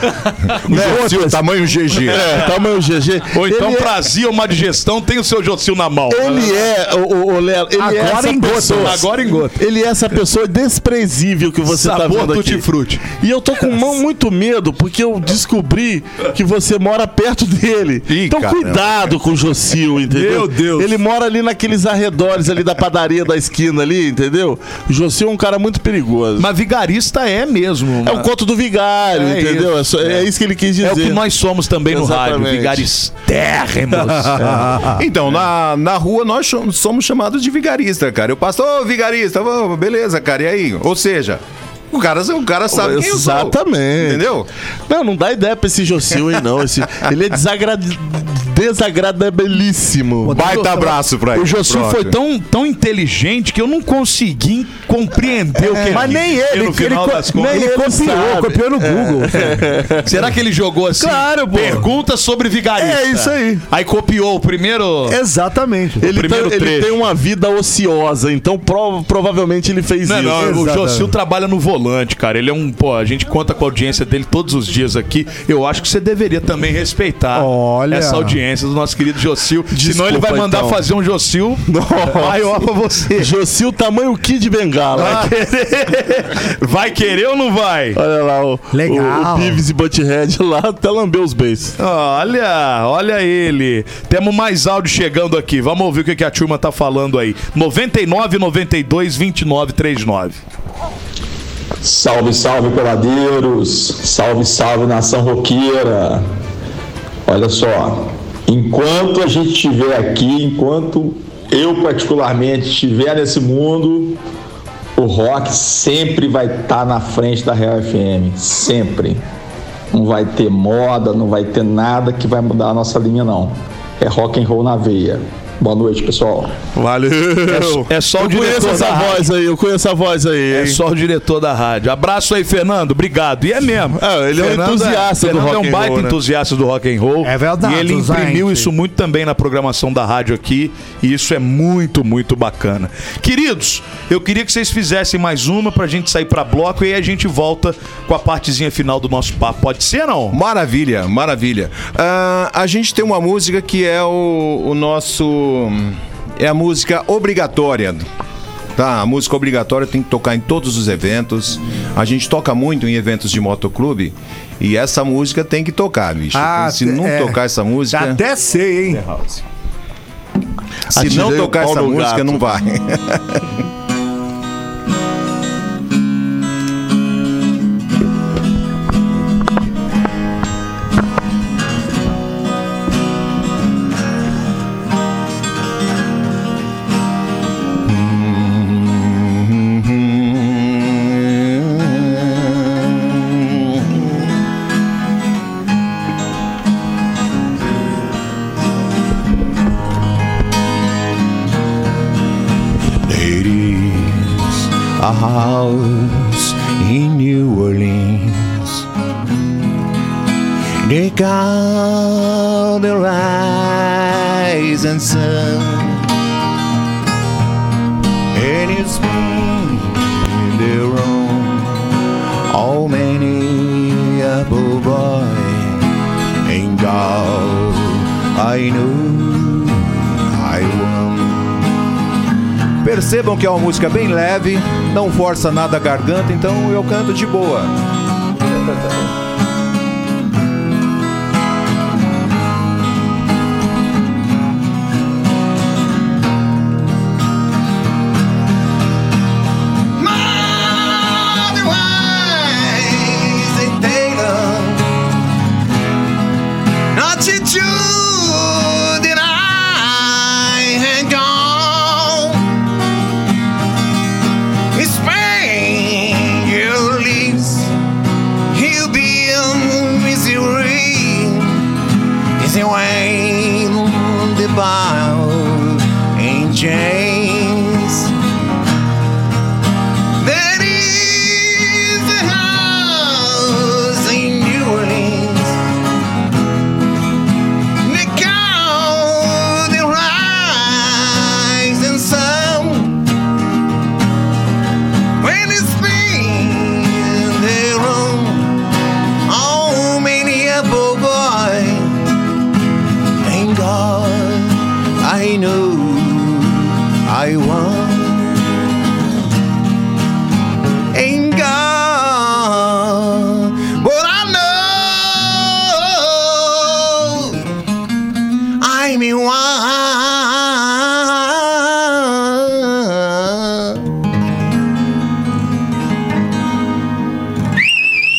Speaker 3: Jocil, tá- tamanho GG.
Speaker 5: É, tamanho GG.
Speaker 2: Ou então,
Speaker 5: Ele é-
Speaker 2: Brasil, uma digestão, tem o seu Jocil na mão.
Speaker 5: Ele é, o, o, o Léo, ele é
Speaker 2: Agora
Speaker 5: essa
Speaker 2: em gota.
Speaker 5: pessoa.
Speaker 2: Agora em gota.
Speaker 5: Ele é essa pessoa desprezível que você tá
Speaker 2: Sabor
Speaker 5: vendo aqui.
Speaker 2: tutti-frutti.
Speaker 5: E eu tô com mão muito medo, porque eu descobri que você mora perto dele. então
Speaker 3: caramba.
Speaker 5: cuidado com o Jocil, entendeu?
Speaker 2: Meu Deus.
Speaker 5: Ele mora ali naqueles arredores ali da padaria da esquina ali, entendeu? O Jocil é um cara muito perigoso.
Speaker 2: Mas vigarista é mesmo.
Speaker 5: é o conto do vigário,
Speaker 2: É
Speaker 5: entendeu? É, só- é isso que ele quis dizer.
Speaker 2: É o que nós somos também no rádio,
Speaker 5: Exatamente.
Speaker 2: vigaristérrimos.
Speaker 5: Ah, é.
Speaker 3: Então, na, na rua nós cham- somos chamados de vigarista, cara. Eu passo, ô vigarista, vamos, beleza, cara, e aí? Ou seja, o cara, o cara sabe quem eu sou.
Speaker 5: Exatamente.
Speaker 3: Entendeu?
Speaker 5: Não, não dá ideia pra esse Jocil, hein, não. Esse, ele é desagra- desagradabilíssimo.
Speaker 3: Baita abraço pra ele.
Speaker 2: O Jossi
Speaker 3: Pronto.
Speaker 2: foi tão, tão inteligente que eu não consegui compreender o que
Speaker 6: É, Mas
Speaker 2: ele
Speaker 6: nem
Speaker 2: disse.
Speaker 6: ele,
Speaker 2: E no
Speaker 6: que ele
Speaker 2: final
Speaker 6: co-
Speaker 2: das
Speaker 6: nem
Speaker 2: contas,
Speaker 6: ele copiou,
Speaker 5: sabe.
Speaker 6: copiou no Google.
Speaker 2: Será que ele jogou assim?
Speaker 6: Claro, pô.
Speaker 2: Pergunta sobre vigarista.
Speaker 6: É isso aí. É
Speaker 2: Aí copiou o primeiro.
Speaker 6: Exatamente.
Speaker 5: Ele,
Speaker 2: primeiro
Speaker 5: tem- ele
Speaker 2: trecho.
Speaker 5: tem uma vida ociosa, então prova- provavelmente ele fez
Speaker 2: Não,
Speaker 5: isso.
Speaker 2: não, o
Speaker 6: Exatamente.
Speaker 2: Jossil
Speaker 5: tá
Speaker 2: trabalha no volante, cara. Ele é um. Pô, a gente conta com a audiência dele todos os dias aqui. Eu acho que você deveria também respeitar
Speaker 6: Olha.
Speaker 2: essa audiência do nosso querido Jossil. Senão ele vai
Speaker 5: Desculpa,
Speaker 2: mandar
Speaker 5: então.
Speaker 2: fazer um Jossil maior pra você.
Speaker 5: Jocil, tamanho Kid
Speaker 2: Ah.
Speaker 5: Bengala.
Speaker 2: Vai querer ou não vai?
Speaker 5: Olha lá o,
Speaker 6: Legal.
Speaker 5: o, o Beavis e Butthead lá até lambeu os beijos.
Speaker 2: Olha, olha ele. Temos mais áudio chegando aqui. Vamos ouvir o que que a turma tá falando aí. 99 92 29 39.
Speaker 15: Salve, salve, peladeiros! Salve, salve, nação roqueira! Olha só, enquanto a gente estiver aqui, enquanto eu particularmente estiver nesse mundo, o rock sempre vai estar na frente da Real FM, sempre. Não vai ter moda, não vai ter nada que vai mudar a nossa linha não. É rock and roll na veia. Boa noite, pessoal.
Speaker 5: Valeu!
Speaker 2: É só o
Speaker 5: eu conheço
Speaker 2: diretor
Speaker 5: essa
Speaker 2: da
Speaker 5: voz aí, eu conheço a voz aí.
Speaker 2: É
Speaker 5: hein?
Speaker 2: só o diretor da rádio. Abraço aí, Fernando. Obrigado. E é mesmo.
Speaker 5: Ah, ele é um entusiasta do
Speaker 2: Fernando
Speaker 5: rock
Speaker 2: é
Speaker 5: and
Speaker 2: um baita
Speaker 5: roll, né?
Speaker 2: entusiasta do rock and roll.
Speaker 6: É verdade,
Speaker 2: E ele imprimiu
Speaker 6: gente.
Speaker 2: isso muito também na programação da rádio aqui. E isso é muito, muito bacana. Queridos, eu queria que vocês fizessem mais uma pra gente sair pra bloco e aí a gente volta com a partezinha final do nosso papo. Pode ser, não?
Speaker 3: Maravilha, maravilha. Ah, a gente tem uma música que é o, o nosso. é a música obrigatória. Tá, a música obrigatória tem que tocar em todos os eventos. A gente toca muito em eventos de motoclube e essa música tem que tocar, bicho.
Speaker 6: Ah,
Speaker 3: Se não
Speaker 6: é.
Speaker 3: tocar essa música.
Speaker 6: Até sei, hein?
Speaker 3: Se
Speaker 6: Atirei
Speaker 3: não
Speaker 6: o
Speaker 3: tocar
Speaker 6: pau
Speaker 3: essa
Speaker 6: no
Speaker 3: música,
Speaker 6: gato.
Speaker 3: não vai.
Speaker 7: Ladies, a house in New Orleans. They call the rise and sun. And it's been in their own. Oh, many a poor boy ain't God. I know I won.
Speaker 3: Percebam que é uma música bem leve, não força nada a garganta, então eu canto de boa.
Speaker 7: Otherwise, they take them. Not to do that I had gone. In Spain, your leaves, he'll be in misery. Is it Wayne the Bible and James? That is the house in New Orleans. They count the rise and sun. When it's been their own, oh, many a poor boy. Thank God I know I won. Ain't gone, but I know I'm in one.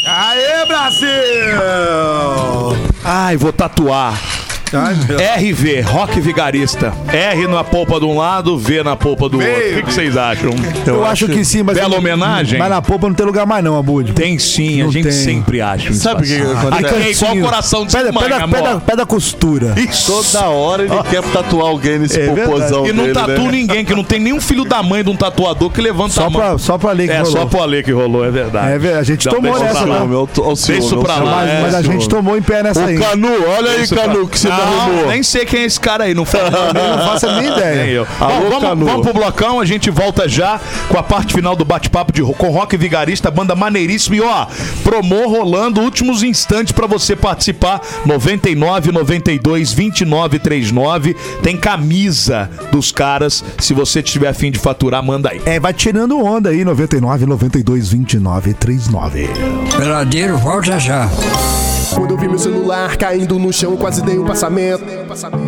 Speaker 6: Aê, Brasil!
Speaker 2: Ai, vou tatuar. RV, Rock Vigarista. R na polpa de um lado, V na polpa do outro. O que que vocês acham?
Speaker 6: Eu, acho, que sim, mas.
Speaker 2: Bela homenagem?
Speaker 6: Mas na polpa não tem lugar mais, não, Abude.
Speaker 2: Tem sim, a gente sempre acha. um
Speaker 5: Sabe o que que
Speaker 2: espaço.
Speaker 5: acontece?
Speaker 2: Aqui é igual o
Speaker 5: Cantinho.
Speaker 2: coração de
Speaker 6: Pé da,
Speaker 2: mãe,
Speaker 6: pé da-
Speaker 2: amor.
Speaker 6: pé da- pé da costura.
Speaker 5: Toda hora ele quer tatuar alguém nesse
Speaker 6: É verdade.
Speaker 5: popozão
Speaker 2: E não
Speaker 5: dele,
Speaker 2: tatua
Speaker 5: né?
Speaker 2: ninguém, que não tem nenhum filho da mãe de um tatuador que levanta
Speaker 6: Só
Speaker 2: a mão.
Speaker 6: pra- só pra ler que
Speaker 2: é,
Speaker 6: rolou.
Speaker 2: só pro Alê que rolou, é verdade.
Speaker 6: É verdade, a gente tomou
Speaker 2: deixa
Speaker 6: nessa,
Speaker 2: pra lá.
Speaker 6: né?
Speaker 5: Meu- ó, ciúme,
Speaker 2: Deixa
Speaker 5: ó,
Speaker 2: pra
Speaker 5: ciúme.
Speaker 2: lá.
Speaker 6: Mas,
Speaker 2: é,
Speaker 6: mas a
Speaker 2: ciúme.
Speaker 6: gente tomou em pé nessa
Speaker 5: Ô,
Speaker 6: aí.
Speaker 5: Canu, olha aí,
Speaker 2: Deixa pra-
Speaker 5: Canu, que você
Speaker 2: Não,
Speaker 5: me arrumou.
Speaker 2: Nem sei quem é esse cara aí, não fala.
Speaker 6: Eu não faço a minha ideia.
Speaker 2: Nem eu.
Speaker 5: Alô,
Speaker 2: Bom,
Speaker 5: Canu.
Speaker 2: vamos, vamos pro blocão, a gente volta já com a parte final do bate-papo de ro- com rock vigarista, banda maneiríssima. E ó, promô rolando, últimos instantes pra você participar. 99 92 29 39. Tem camisa dos caras. Se você tiver afim de faturar, manda aí.
Speaker 6: É, vai tirando onda aí, 99, 92, 29, 39.
Speaker 8: Peladeiro, volta já. Quando eu vi meu celular caindo no chão, quase dei um passamento.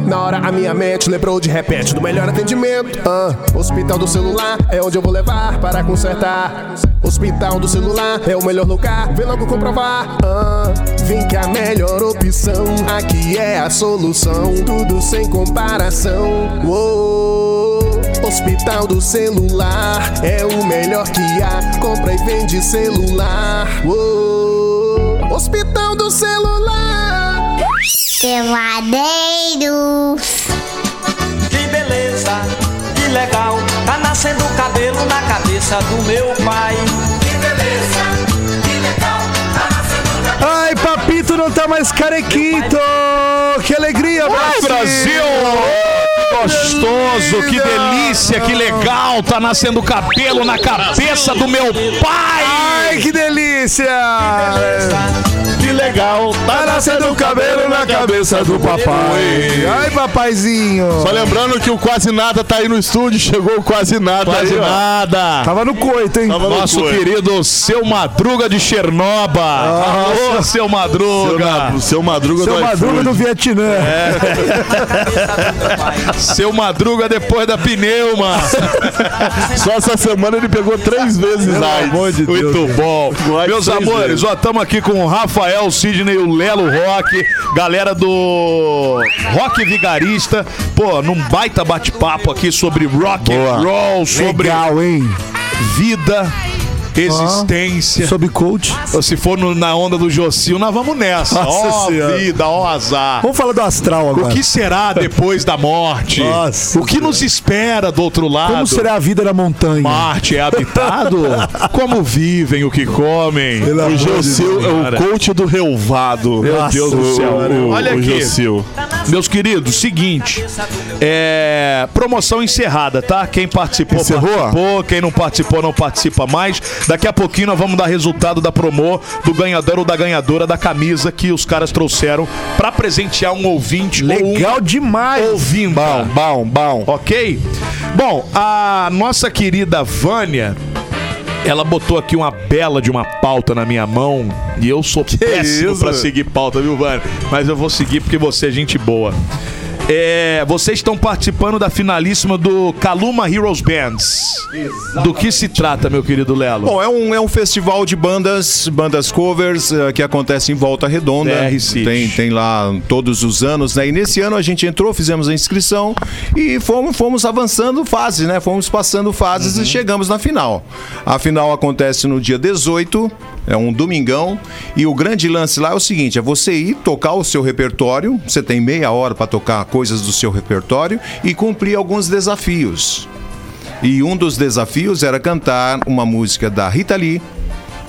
Speaker 8: Na hora a minha mente lembrou de repente do melhor atendimento. Ah, hospital do celular é onde eu vou levar para consertar. Hospital do celular é o melhor lugar, vem logo comprovar. Ah, vem que a melhor opção aqui é a solução. Tudo sem comparação. Uou. Hospital do celular é o melhor que há. Compra e vende celular. Uou. Hospital do celular.
Speaker 9: Peladeiros.
Speaker 14: Que beleza, que legal, tá nascendo cabelo na cabeça do meu pai. Que beleza, que legal, tá nascendo cabelo.
Speaker 6: Ai, papito não tá mais carequito! Que alegria,
Speaker 2: Brasil!
Speaker 6: Brasil!
Speaker 2: Brasil! gostoso, que delícia, que legal. Tá nascendo cabelo na cabeça do meu pai.
Speaker 6: Ai, que delícia.
Speaker 5: Que legal. um
Speaker 6: Tá nascendo cabelo na cabeça do papai. Ai, papaizinho.
Speaker 5: Só lembrando que o Quase Nada tá aí no estúdio, chegou o Quase Nada.
Speaker 2: Quase
Speaker 5: aí, ó.
Speaker 2: nada.
Speaker 6: Tava no coito, hein?
Speaker 5: Tava no
Speaker 2: Nosso
Speaker 5: coito.
Speaker 2: querido Seu Madruga de Chernoba. Alô, Seu Madruga.
Speaker 5: Seu, seu Madruga
Speaker 6: Seu
Speaker 5: do
Speaker 6: madruga
Speaker 5: iFood.
Speaker 6: do Vietnã.
Speaker 2: Seu Madruga depois da pneuma.
Speaker 5: Só essa semana ele pegou três vezes AIDS.
Speaker 2: Muito bom.
Speaker 5: Vai
Speaker 2: Meus
Speaker 5: três
Speaker 2: amores,
Speaker 5: vezes.
Speaker 2: ó, estamos aqui com o Rafael, o Sidney, o Lelo Rock, galera do Rock Vigarista. Pô, num baita bate-papo aqui sobre rock and roll, sobre
Speaker 6: Legal, hein?
Speaker 2: vida, existência.
Speaker 6: Sob coach.
Speaker 2: Se for no- na onda do Jocil, nós vamos nessa.
Speaker 6: Nossa
Speaker 2: ó
Speaker 6: Senhora.
Speaker 2: vida, ó azar.
Speaker 6: Vamos falar do astral
Speaker 2: O
Speaker 6: agora.
Speaker 2: que será depois da morte?
Speaker 6: Nossa
Speaker 2: o que nos espera do outro lado?
Speaker 6: Como será a vida na montanha?
Speaker 2: Marte é habitado? Como vivem o que comem?
Speaker 6: Pelo amor
Speaker 5: O
Speaker 6: de
Speaker 5: Jocil é o coach do relvado.
Speaker 2: Meu Deus do céu.
Speaker 5: O, o,
Speaker 2: Olha
Speaker 5: o
Speaker 2: aqui.
Speaker 5: Jocil.
Speaker 2: Meus queridos, seguinte. É. Promoção encerrada, tá? Quem participou,
Speaker 5: Encerrou?
Speaker 2: participou. Quem não participou, não participa mais. Daqui a pouquinho nós vamos dar resultado da promo do ganhador ou da ganhadora da camisa que os caras trouxeram pra presentear um ouvinte um
Speaker 6: Legal demais.
Speaker 2: ouvindo. Bom, bom, bom. Ok? Bom, a nossa querida Vânia. Ela botou aqui uma bela de uma pauta na minha mão e eu sou péssimo
Speaker 5: isso?
Speaker 2: pra seguir pauta, viu, Vânia? Mas eu vou seguir porque você é gente boa. É, vocês estão participando da finalíssima do Kaluma Heroes Bands. Do que se trata, meu querido Lelo?
Speaker 3: Bom, é um, é um festival de bandas, bandas covers, eh, que acontece em Volta Redonda.
Speaker 2: TR City.
Speaker 3: Tem, tem lá todos os anos, né? E nesse ano a gente entrou, fizemos a inscrição e fomos, fomos avançando fases, né? Fomos passando fases e chegamos na final. A final acontece no dia 18, é um domingão, e o grande lance lá é o seguinte: é você ir tocar o seu repertório, você tem meia hora para tocar coisas do seu repertório e cumprir alguns desafios. E um dos desafios era cantar uma música da Rita Lee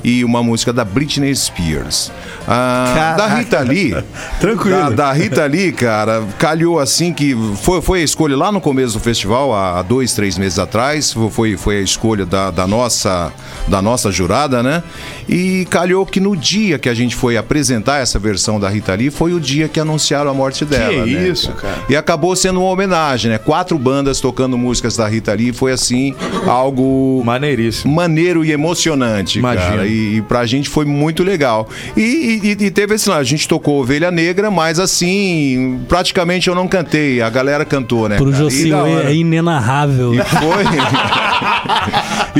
Speaker 3: e uma música da Britney Spears. Ah, da Rita Lee.
Speaker 6: Tranquilo.
Speaker 3: Da, da Rita Lee, cara, calhou assim que foi, foi a escolha lá no começo do festival, há há dois, três meses atrás, foi, foi a escolha da, da nossa, da nossa jurada, né? E calhou que no dia que a gente foi apresentar essa versão da Rita Lee, foi o dia que anunciaram a morte dela. né,
Speaker 2: isso, cara?
Speaker 3: e acabou sendo uma homenagem, né? Quatro bandas tocando músicas da Rita Lee. Foi assim, algo
Speaker 2: Maneiríssimo.
Speaker 3: maneiro e emocionante,
Speaker 2: Imagino.
Speaker 3: cara. E, e pra gente foi muito legal. E, e- e teve esse lado, a gente tocou Ovelha Negra, mas assim, praticamente eu não cantei, a galera cantou, né?
Speaker 13: Pro
Speaker 3: cara? E
Speaker 13: Jocil
Speaker 3: da hora.
Speaker 13: é, é inenarrável.
Speaker 3: E foi.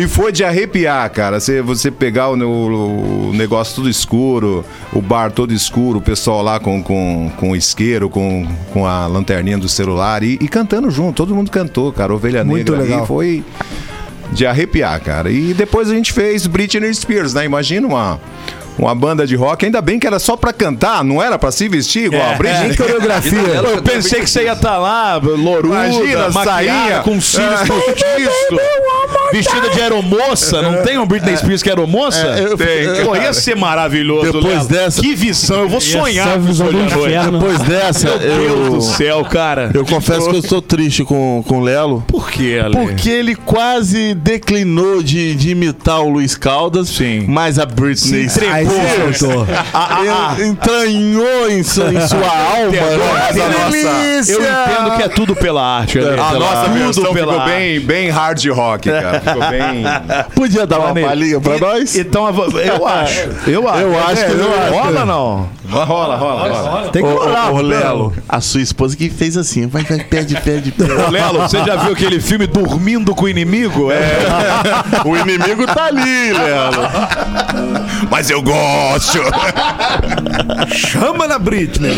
Speaker 3: e foi de arrepiar, cara. Você, você pegar o, o- o negócio tudo escuro, o bar todo escuro, o pessoal lá com, com, com o isqueiro, com, com a lanterninha do celular e, e cantando junto. Todo mundo cantou, cara. Ovelha
Speaker 6: Muito
Speaker 3: Negra.
Speaker 6: legal.
Speaker 3: E foi de arrepiar, cara. E depois a gente fez Britney Spears, né? Imagina uma. Uma banda de rock, ainda bem que era só pra cantar, não era pra se vestir igual
Speaker 2: É.
Speaker 3: a Britney.
Speaker 6: Nem coreografia.
Speaker 2: Eu pensei que você ia estar lá, louruda,
Speaker 3: Imagina,
Speaker 2: maquiada,
Speaker 3: sainha.
Speaker 2: com cílios
Speaker 3: É.
Speaker 2: postiços, vestida de aeromoça. Não tem um Britney Spears que é aeromoça?
Speaker 5: É, eu- Tem,
Speaker 2: Pô,
Speaker 5: cara.
Speaker 2: ia ser maravilhoso,
Speaker 5: Depois
Speaker 2: Léo.
Speaker 5: dessa-
Speaker 2: Que visão, eu vou sonhar
Speaker 13: essa
Speaker 2: com isso
Speaker 13: visão do
Speaker 2: hoje à noite.
Speaker 13: inferno.
Speaker 5: Depois dessa,
Speaker 2: Meu Deus do
Speaker 5: eu,
Speaker 2: céu, cara.
Speaker 5: eu confesso que eu estou triste com, com o Lelo.
Speaker 2: Por quê, Ale?
Speaker 5: Porque ele quase declinou de, de imitar o Luiz Caldas,
Speaker 2: Sim.
Speaker 5: mas a Britney
Speaker 6: Aí você soltou.
Speaker 2: é.
Speaker 5: Ah, ah, entranhou em, su- em sua alma né?
Speaker 2: Que
Speaker 5: essa nossa.
Speaker 2: Eu entendo que é tudo pela arte. Ale.
Speaker 3: A
Speaker 2: Pela-
Speaker 3: nossa
Speaker 2: tudo
Speaker 3: versão ficou
Speaker 2: pela arte.
Speaker 3: bem, bem hard rock, cara. Ficou bem.
Speaker 5: Podia dar uma
Speaker 2: Maneiro.
Speaker 5: palhinha pra
Speaker 2: E-
Speaker 5: nós?
Speaker 2: Então, eu acho. Eu acho.
Speaker 5: Eu acho que não
Speaker 2: não
Speaker 5: acho.
Speaker 2: rola, não.
Speaker 3: Rola, rola, rola.
Speaker 5: Tem
Speaker 6: que rolar,
Speaker 5: Lelo, a sua esposa que fez assim, vai, vai, perde, perde,
Speaker 2: Ô,
Speaker 5: perde.
Speaker 2: Lelo, você já viu aquele filme Dormindo com o Inimigo? É.
Speaker 5: o inimigo tá ali, Lelo.
Speaker 3: Mas eu gosto.
Speaker 6: Chama na Britney.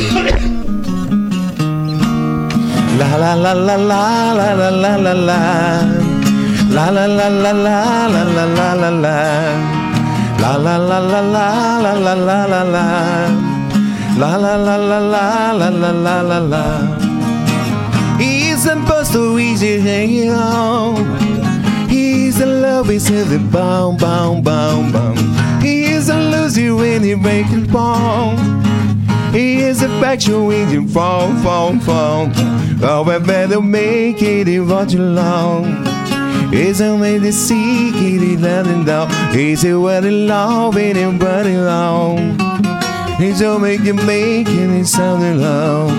Speaker 7: La la la la la la la la la la La la la la la la la la la la La la la la la la la la la la La la la la la la la la la la He's supposed to easy hang on He's in love with the bomb bomb bomb bomb He is a loser when he breaks the bomb
Speaker 16: He is a factual engine, fall, fall, fall. Oh, I better make it in what you long. Is a way to seek it, it doesn't down. Is it what it love, it ain't what it long. Is a make you make it, it's something love.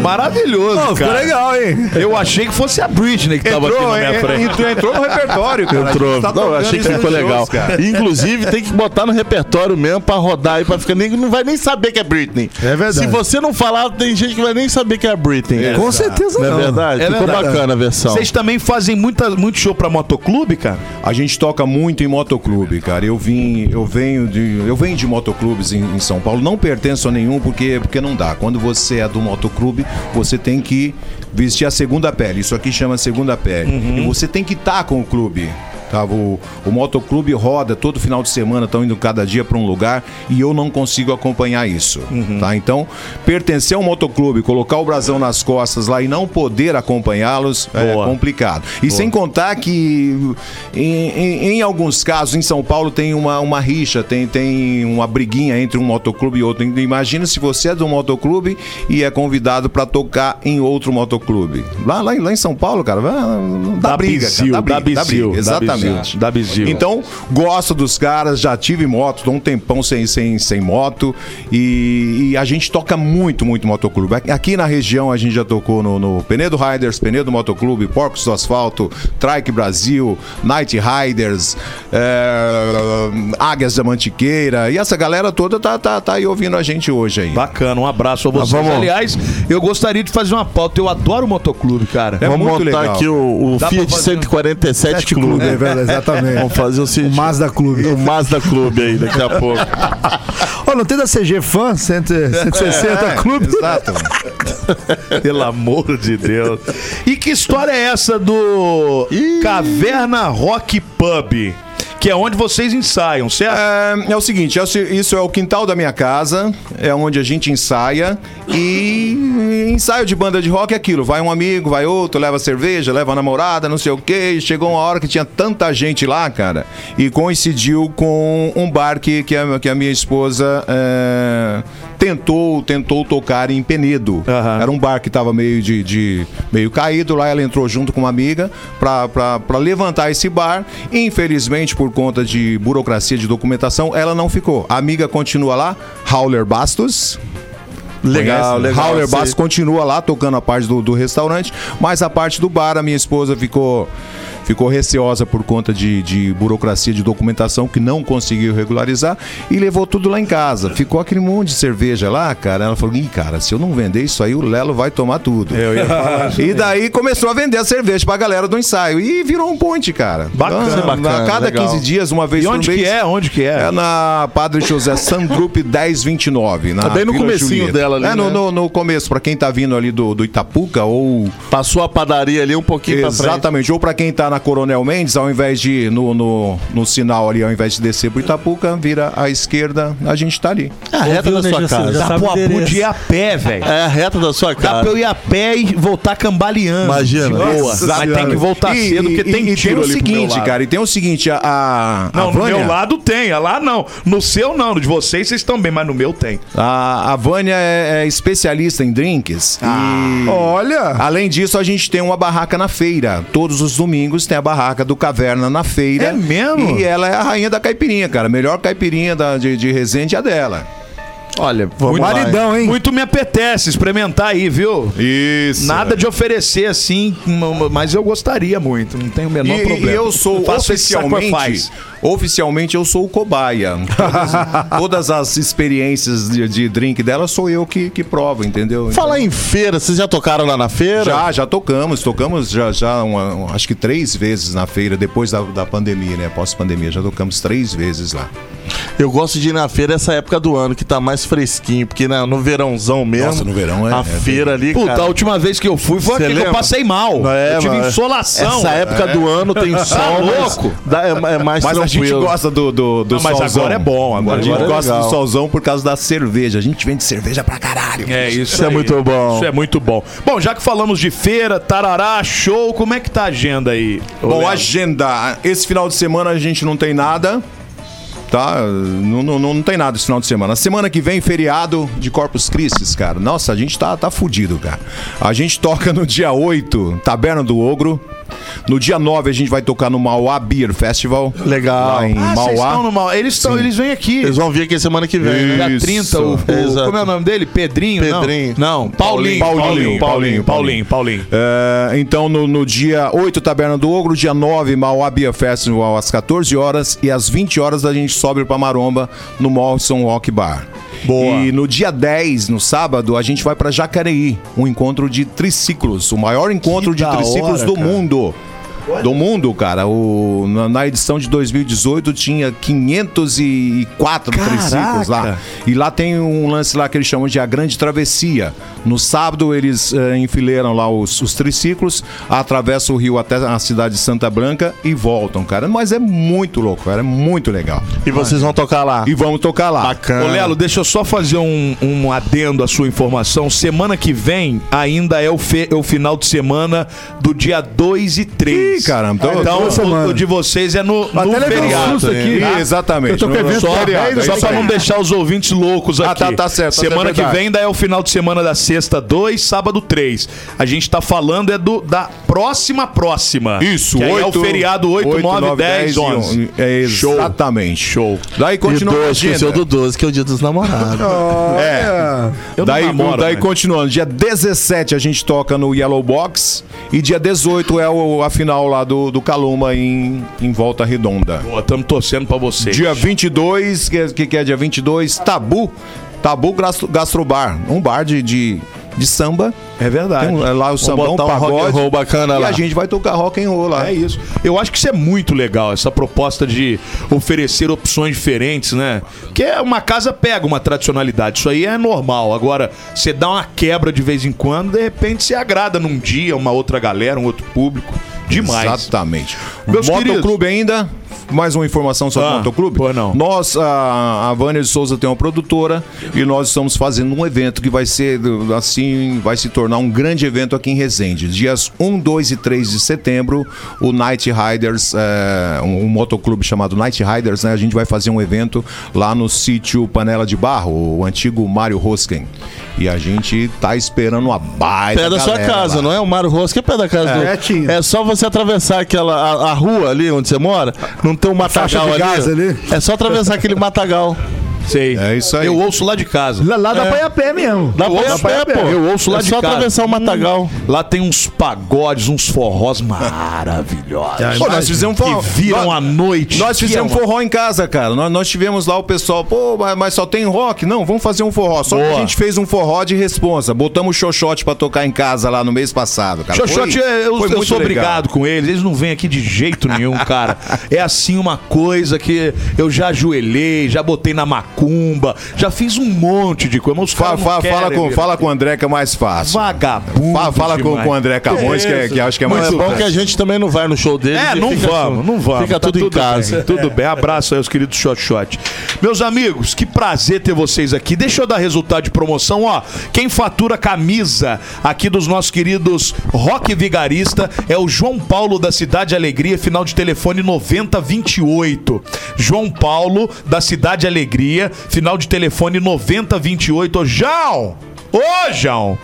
Speaker 2: Maravilhoso,
Speaker 6: Pô, ficou
Speaker 2: cara.
Speaker 6: legal, hein?
Speaker 2: Eu achei que fosse a Britney que tava aqui na minha frente.
Speaker 5: Entrou.
Speaker 3: tá
Speaker 5: não, eu achei que ficou legal. Inclusive, tem que botar no repertório mesmo pra rodar aí, pra ficar. Nem, não vai nem saber que é Britney. É
Speaker 6: verdade.
Speaker 5: Se você não falar, tem gente que vai nem saber que é Britney.
Speaker 2: Com certeza
Speaker 5: não.
Speaker 2: não.
Speaker 5: É verdade?
Speaker 2: É
Speaker 5: Ficou
Speaker 2: verdade.
Speaker 5: bacana a versão.
Speaker 2: Vocês também fazem muita, muito show pra motoclube, cara?
Speaker 3: A gente toca muito em motoclube, cara. Eu vim, eu venho de, eu venho de motoclubes em, em São Paulo. Não pertenço a nenhum porque porque não dá. Quando você é do motoclube, você tem que vestir a segunda pele. Isso aqui chama segunda pele. E você tem que estar com o clube. Tá, o, o motoclube roda todo final de semana, estão indo cada dia para um lugar e eu não consigo acompanhar isso. Tá? Então, pertencer a um motoclube, colocar o brasão nas costas lá e não poder acompanhá-los é complicado. E sem contar que em, em- em alguns casos, em São Paulo, tem uma, uma rixa, tem, tem uma briguinha entre um motoclube e outro. Imagina se você é de um motoclube e é convidado para tocar em outro motoclube. Lá, lá, em- lá em São Paulo, cara, vai- dá,
Speaker 5: Dá
Speaker 3: Tá briga,
Speaker 5: bizil,
Speaker 3: cara,
Speaker 5: dá
Speaker 3: dá briga, dá briga,
Speaker 5: bizil, dá bizil,
Speaker 3: exatamente.
Speaker 5: dá bizil.
Speaker 3: Então, gosto dos caras, já tive moto, tô um tempão sem, sem, sem moto e, e a gente toca muito, muito motoclube. Aqui- Aqui na região a gente já tocou no, no Penedo Riders, Penedo Motoclube, Porcos do Asfalto, Trike Brasil, Night Riders, é, Águias da Mantiqueira e essa galera toda tá, tá, tá aí ouvindo a gente hoje aí.
Speaker 2: Bacana, um abraço a vocês.
Speaker 3: Ah, vamos.
Speaker 2: Aliás, eu gostaria de fazer uma pauta. Eu adoro motoclube, cara.
Speaker 5: Vamos montar aqui o, o
Speaker 2: Dá pra
Speaker 5: Fiat
Speaker 2: fazer-
Speaker 5: 147
Speaker 2: Sete
Speaker 5: Clube.
Speaker 2: Clube, é verdade, exatamente.
Speaker 5: Vamos fazer Tipo, né? o Fiat. O Mazda Clube. O Mazda Clube aí, daqui a pouco.
Speaker 6: Ó, não tem da CG Fan 100 160
Speaker 2: É,
Speaker 6: Clube?
Speaker 3: Exato.
Speaker 2: Pelo amor de Deus. E que história é essa do Caverna Rock Pub? Que é onde vocês ensaiam, certo?
Speaker 3: É, é o seguinte, é o se- isso é o quintal da minha casa, é onde a gente ensaia e ensaio de banda de rock é aquilo, vai um amigo, vai outro, leva cerveja, leva a namorada, não sei o quê, e chegou uma hora que tinha tanta gente lá, cara, e coincidiu com um bar que, que, a, que a minha esposa é, tentou, tentou tocar em Penedo, era um bar que tava meio de, de- meio caído lá, ela entrou junto com uma amiga pra, pra, pra levantar esse bar, infelizmente por conta de burocracia de documentação, ela não ficou, a amiga continua lá, Howler Bastos,
Speaker 5: Legal,
Speaker 3: Conhece?
Speaker 5: legal,
Speaker 3: Howler
Speaker 5: sei.
Speaker 3: Bass continua lá tocando a parte do, do restaurante, mas a parte do bar, a minha esposa ficou. Ficou receosa por conta de, de burocracia de documentação que não conseguiu regularizar e levou tudo lá em casa. Ficou aquele monte de cerveja lá, cara. Ela falou: Ih, cara, se eu não vender isso aí, o Lelo vai tomar tudo. e daí começou a vender a cerveja pra galera do ensaio. E virou um ponte, cara.
Speaker 2: Bacana,
Speaker 3: Então,
Speaker 2: bacana,
Speaker 3: A cada
Speaker 2: legal.
Speaker 3: 15 dias, uma vez
Speaker 2: E
Speaker 3: por
Speaker 2: onde que
Speaker 3: mês.
Speaker 2: é? Onde que é?
Speaker 3: É na Padre José Sandrup 1029. Na
Speaker 5: É bem no
Speaker 3: Vila
Speaker 5: comecinho
Speaker 3: Julieta.
Speaker 5: dela ali,
Speaker 3: É, no,
Speaker 5: né?
Speaker 3: no, no começo, pra quem tá vindo ali do, do Itapuca ou.
Speaker 5: Passou a padaria ali um pouquinho tá pra frente.
Speaker 3: Exatamente, ou pra quem tá na Coronel Mendes, ao invés de ir no, no, no sinal ali, ao invés de descer pro Itapuca, vira à esquerda, a gente tá ali.
Speaker 5: É a reta da sua casa.
Speaker 2: Dá pro Abu de ir a pé, velho.
Speaker 5: É a reta da sua
Speaker 3: Ah.
Speaker 2: Dá pra eu
Speaker 5: casa.
Speaker 2: ir a pé e voltar cambaleando.
Speaker 5: Imagina.
Speaker 2: De boa.
Speaker 5: Nossa
Speaker 2: Mas tem
Speaker 5: Senhora.
Speaker 2: que voltar
Speaker 3: E-
Speaker 2: cedo,
Speaker 3: e-
Speaker 2: porque
Speaker 3: e-
Speaker 2: tem
Speaker 3: e
Speaker 2: tiro
Speaker 3: tem
Speaker 2: ali
Speaker 3: o
Speaker 2: pro meu
Speaker 3: seguinte,
Speaker 2: lado.
Speaker 3: cara, e tem o seguinte, a. a a
Speaker 2: Não, no
Speaker 3: Vânia-
Speaker 2: meu lado tem, a lá não. No seu não, no de vocês vocês estão bem, mas no meu tem.
Speaker 3: A, a Vânia é, é especialista em drinks.
Speaker 5: Ah.
Speaker 3: e
Speaker 6: olha!
Speaker 3: Além disso, a gente tem uma barraca na feira. Todos os domingos tem a barraca do Caverna na feira.
Speaker 2: É mesmo?
Speaker 3: E ela é a rainha da caipirinha, cara. A melhor caipirinha da- de, de Resende é a dela.
Speaker 5: Olha, vamos lá,
Speaker 6: maridão, hein?
Speaker 2: Muito me apetece experimentar aí, viu?
Speaker 3: Isso. é.
Speaker 2: Nada de oferecer assim, m- mas eu gostaria muito, não tenho o menor
Speaker 3: E,
Speaker 2: problema.
Speaker 3: e eu sou
Speaker 2: Faço esse
Speaker 3: oficialmente,
Speaker 2: sacrifício.
Speaker 3: oficialmente eu sou o cobaia. Todas, todas as experiências de, de drink dela sou eu que, que provo, entendeu? Então,
Speaker 5: Falar em feira, vocês já tocaram lá na feira?
Speaker 3: Já, já tocamos, tocamos já, já uma- uma- acho que três vezes na feira, depois da, da pandemia, né? Pós-pandemia, já tocamos três vezes lá.
Speaker 5: Eu gosto de ir na feira essa época do ano, que tá mais fresquinho, porque na- no verãozão mesmo.
Speaker 3: Nossa, no verão é-
Speaker 5: A
Speaker 3: é
Speaker 5: feira ali,
Speaker 2: Puta,
Speaker 5: cara.
Speaker 2: a última vez que eu fui foi
Speaker 5: Cê
Speaker 2: aqui que eu
Speaker 5: lembra?
Speaker 2: passei mal.
Speaker 5: É,
Speaker 2: eu tive
Speaker 5: mano.
Speaker 2: insolação.
Speaker 5: Essa época
Speaker 2: É.
Speaker 5: do ano tem
Speaker 2: Tá
Speaker 5: sol. mas
Speaker 2: louco?
Speaker 5: dá- é, é mais
Speaker 3: Mas a gente
Speaker 5: tranquilo.
Speaker 3: gosta do, do, do
Speaker 2: Não, mas
Speaker 3: solzão.
Speaker 2: agora é bom, agora-
Speaker 3: a gente
Speaker 2: agora é
Speaker 3: gosta
Speaker 2: legal.
Speaker 3: do solzão por causa da cerveja. A gente vende cerveja pra caralho.
Speaker 2: É isso.
Speaker 3: Isso é
Speaker 2: aí.
Speaker 3: muito bom.
Speaker 2: Isso é muito bom. Bom, já que falamos de feira, tarará, show, como é que tá a agenda aí? ô
Speaker 3: Bom,
Speaker 2: Léo?
Speaker 3: agenda. Esse final de semana a gente não tem nada. Tá? Não, não, não tem nada esse final de semana. Semana que vem, feriado de Corpus Christi, cara. Nossa, a gente tá, tá fudido, cara. A gente toca no dia 8, Taberna do Ogro. No dia 9, a gente vai tocar no Mauá Beer Festival. Legal. Lá em
Speaker 2: Ah, vocês
Speaker 3: Mauá.
Speaker 2: estão no Mauá. Eles, estão, eles vêm aqui.
Speaker 5: Eles vão vir aqui semana que vem. né?
Speaker 2: Dia 30, o, o-
Speaker 5: Exato.
Speaker 2: como é o nome dele? Pedrinho? não?
Speaker 5: Pedrinho.
Speaker 2: Não, Paulinho.
Speaker 3: Paulinho, Paulinho,
Speaker 2: Paulinho,
Speaker 3: Paulinho.
Speaker 2: Paulinho.
Speaker 3: É, então, no, no dia 8, Taberna do Ogro, dia 9, Mauá Bia Festival às 14 horas e às 20 horas a gente sobe pra Maromba no Morrison Rock Bar. Boa. E no dia 10, no sábado, a gente vai pra Jacareí, um encontro de triciclos, o maior encontro de
Speaker 6: da
Speaker 3: triciclos
Speaker 6: hora,
Speaker 3: do
Speaker 6: cara.
Speaker 3: mundo. Do mundo, cara. O, na, na edição de 2018 tinha 504 triciclos lá. E lá tem um lance lá que eles chamam de a Grande Travessia. No sábado eles eh, enfileiram lá os, os triciclos, atravessam o rio até a cidade de Santa Branca e voltam, cara. Mas é muito louco, cara. É muito legal.
Speaker 5: E vocês vão tocar lá?
Speaker 3: E vamos tocar lá.
Speaker 2: Ô, Lelo, deixa eu só fazer um, um adendo à sua informação. Semana que vem ainda é o, fe- é o final de semana do dia 2 e 3. Ih,
Speaker 3: caramba. então-
Speaker 2: Então,
Speaker 3: então,
Speaker 2: o,
Speaker 3: semana.
Speaker 2: o de vocês é no, no
Speaker 3: Até levei um
Speaker 2: feriado.
Speaker 3: susto aqui.
Speaker 2: tá?
Speaker 3: Ih, exatamente.
Speaker 2: Eu tô com
Speaker 3: No-
Speaker 2: evento
Speaker 3: só- é
Speaker 2: feriado,
Speaker 3: só
Speaker 2: Só
Speaker 3: pra
Speaker 2: para não
Speaker 3: não
Speaker 2: deixar os ouvintes loucos aqui.
Speaker 3: aqui.
Speaker 2: Semana que vem ainda é o final de semana da sexta 2, sábado 3. A gente tá falando é do, da próxima próxima.
Speaker 3: Isso,
Speaker 2: que aí é o
Speaker 3: oito-
Speaker 2: feriado 8,
Speaker 3: oito,
Speaker 2: 9,
Speaker 3: nove,
Speaker 2: 10,
Speaker 3: dez e
Speaker 2: 11.
Speaker 3: onze. É, exatamente. Show. Daí continua
Speaker 5: E
Speaker 3: a
Speaker 5: dois,
Speaker 3: agenda.
Speaker 5: esqueceu do 12, que é o dia dos namorados.
Speaker 3: É.
Speaker 2: Eu não
Speaker 3: daí
Speaker 2: namoro, né?
Speaker 3: daí
Speaker 2: velho.
Speaker 3: continuando, dia 17 a gente toca no Yellow Box e dia 18 é o- a final lá do, do Caluma em, em Volta Redonda.
Speaker 2: Boa, estamos torcendo pra vocês.
Speaker 3: Dia 22, que, é- que, que é dia 22, Tabu. Tabu Gastro- Gastrobar, um bar de, de, de samba.
Speaker 2: É verdade.
Speaker 3: Tem um- é lá o
Speaker 2: Vamos
Speaker 3: sambão,
Speaker 2: botar um rock
Speaker 3: pagode.
Speaker 2: and roll bacana
Speaker 3: e
Speaker 2: lá.
Speaker 3: a gente vai tocar rock and roll lá.
Speaker 2: É isso. Eu acho que isso é muito legal, essa proposta de oferecer opções diferentes, né? Porque uma casa pega uma tradicionalidade, isso aí é normal. Agora, você dá uma quebra de vez em quando, de repente você agrada num dia, uma outra galera, um outro público. Demais.
Speaker 3: Exatamente.
Speaker 2: Meus queridos.
Speaker 3: Motoclube ainda, mais uma informação sobre
Speaker 2: Ah,
Speaker 3: o Motoclube. Nós, a, a Vânia de Souza tem uma produtora e nós estamos fazendo um evento que vai ser, assim, vai se tornar um grande evento aqui em Resende. Dias 1, 2 e 3 de setembro, o Night Riders, é, um, um motoclube chamado Night Riders, né? A gente vai fazer um evento lá no sítio Panela de Barro, o antigo Mário Rosken. E a gente tá esperando uma baita
Speaker 5: Pé da sua
Speaker 3: galera
Speaker 5: casa,
Speaker 3: lá.
Speaker 5: não é? O Mário Rosca é pé da casa
Speaker 3: É,
Speaker 5: do. É só você atravessar aquela a, a rua ali onde você mora, não tem um matagal
Speaker 6: de
Speaker 5: ali.
Speaker 6: gás ali.
Speaker 5: É só atravessar aquele matagal.
Speaker 2: Sei.
Speaker 3: É isso aí.
Speaker 2: Eu ouço lá de casa.
Speaker 6: Lá,
Speaker 5: É.
Speaker 6: lá dá pra ir a pé mesmo.
Speaker 5: Dá
Speaker 6: Eu
Speaker 5: pra ir
Speaker 6: ouço
Speaker 5: a pé, pô.
Speaker 2: Eu ouço lá
Speaker 5: É
Speaker 2: de
Speaker 5: só
Speaker 2: casa. Hum.
Speaker 5: atravessar o matagal.
Speaker 2: Lá tem uns pagodes, uns forrós maravilhosos.
Speaker 3: Pô, nós fizemos forró.
Speaker 2: Que viram
Speaker 3: Nós-
Speaker 2: a noite.
Speaker 3: Nós
Speaker 2: que
Speaker 3: fizemos
Speaker 2: é uma-
Speaker 3: forró em casa, cara. Nós, nós tivemos lá o pessoal, pô, mas- mas só tem rock? Não, vamos fazer um forró. Só que
Speaker 2: Boa.
Speaker 3: a gente fez um forró de responsa. Botamos o Xoxote pra tocar em casa lá no mês passado, cara.
Speaker 2: Xoxote,
Speaker 3: Ah, Foi-
Speaker 5: é,
Speaker 2: eu,
Speaker 3: foi
Speaker 2: eu
Speaker 3: muito
Speaker 2: sou
Speaker 3: legal.
Speaker 2: obrigado com eles. Eles não vêm aqui de jeito nenhum, cara. É assim uma coisa que eu já ajoelhei, já botei na macumba, já fiz um monte de coisa. Mas os
Speaker 3: Fala,
Speaker 2: caras não
Speaker 3: fala, fala,
Speaker 2: querem,
Speaker 3: com,
Speaker 2: velho.
Speaker 3: fala com o André que é mais fácil.
Speaker 2: Vagabundo.
Speaker 3: Fala, fala com,
Speaker 2: demais.
Speaker 3: com o André Camões, que, é- que acho que é mais
Speaker 5: Mas é bom
Speaker 3: fácil.
Speaker 5: que a gente também não vai no show deles.
Speaker 2: É,
Speaker 5: e
Speaker 2: não
Speaker 5: fica
Speaker 2: vamos,
Speaker 5: tudo-
Speaker 2: não vamos.
Speaker 5: Fica
Speaker 2: Tá
Speaker 5: tudo em casa.
Speaker 2: bem, tudo bem. Abraço aí, os queridos Shot Shot. Meus amigos, que prazer ter vocês aqui. Deixa eu dar resultado de promoção, ó. Quem fatura camisa aqui dos nossos queridos Rock Vigarista é o João Paulo da Cidade Alegria, final de telefone 9028. João Paulo da Cidade Alegria, final de telefone 9028. Ô, João! Ô, João!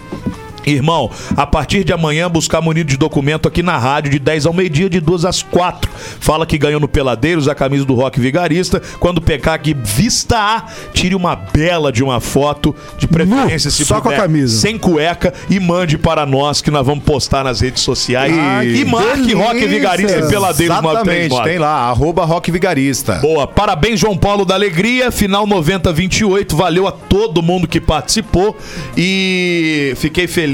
Speaker 2: Irmão, a partir de amanhã buscar munido de documento aqui na rádio de 10 ao meio-dia, de 2 às 4. Fala que ganhou no Peladeiros a camisa do Rock Vigarista. Quando pecar aqui, vista A, tire uma bela de uma foto, de preferência se
Speaker 6: só com a
Speaker 2: puder,
Speaker 6: camisa.
Speaker 2: Sem cueca e mande para nós que nós vamos postar nas redes sociais. e marque Rock Vigarista e Peladeiros
Speaker 3: Exatamente,
Speaker 2: 939.
Speaker 3: tem lá, arroba Rock Vigarista.
Speaker 2: Boa, parabéns João Paulo da Alegria, final 9028. Valeu a todo mundo que participou e fiquei feliz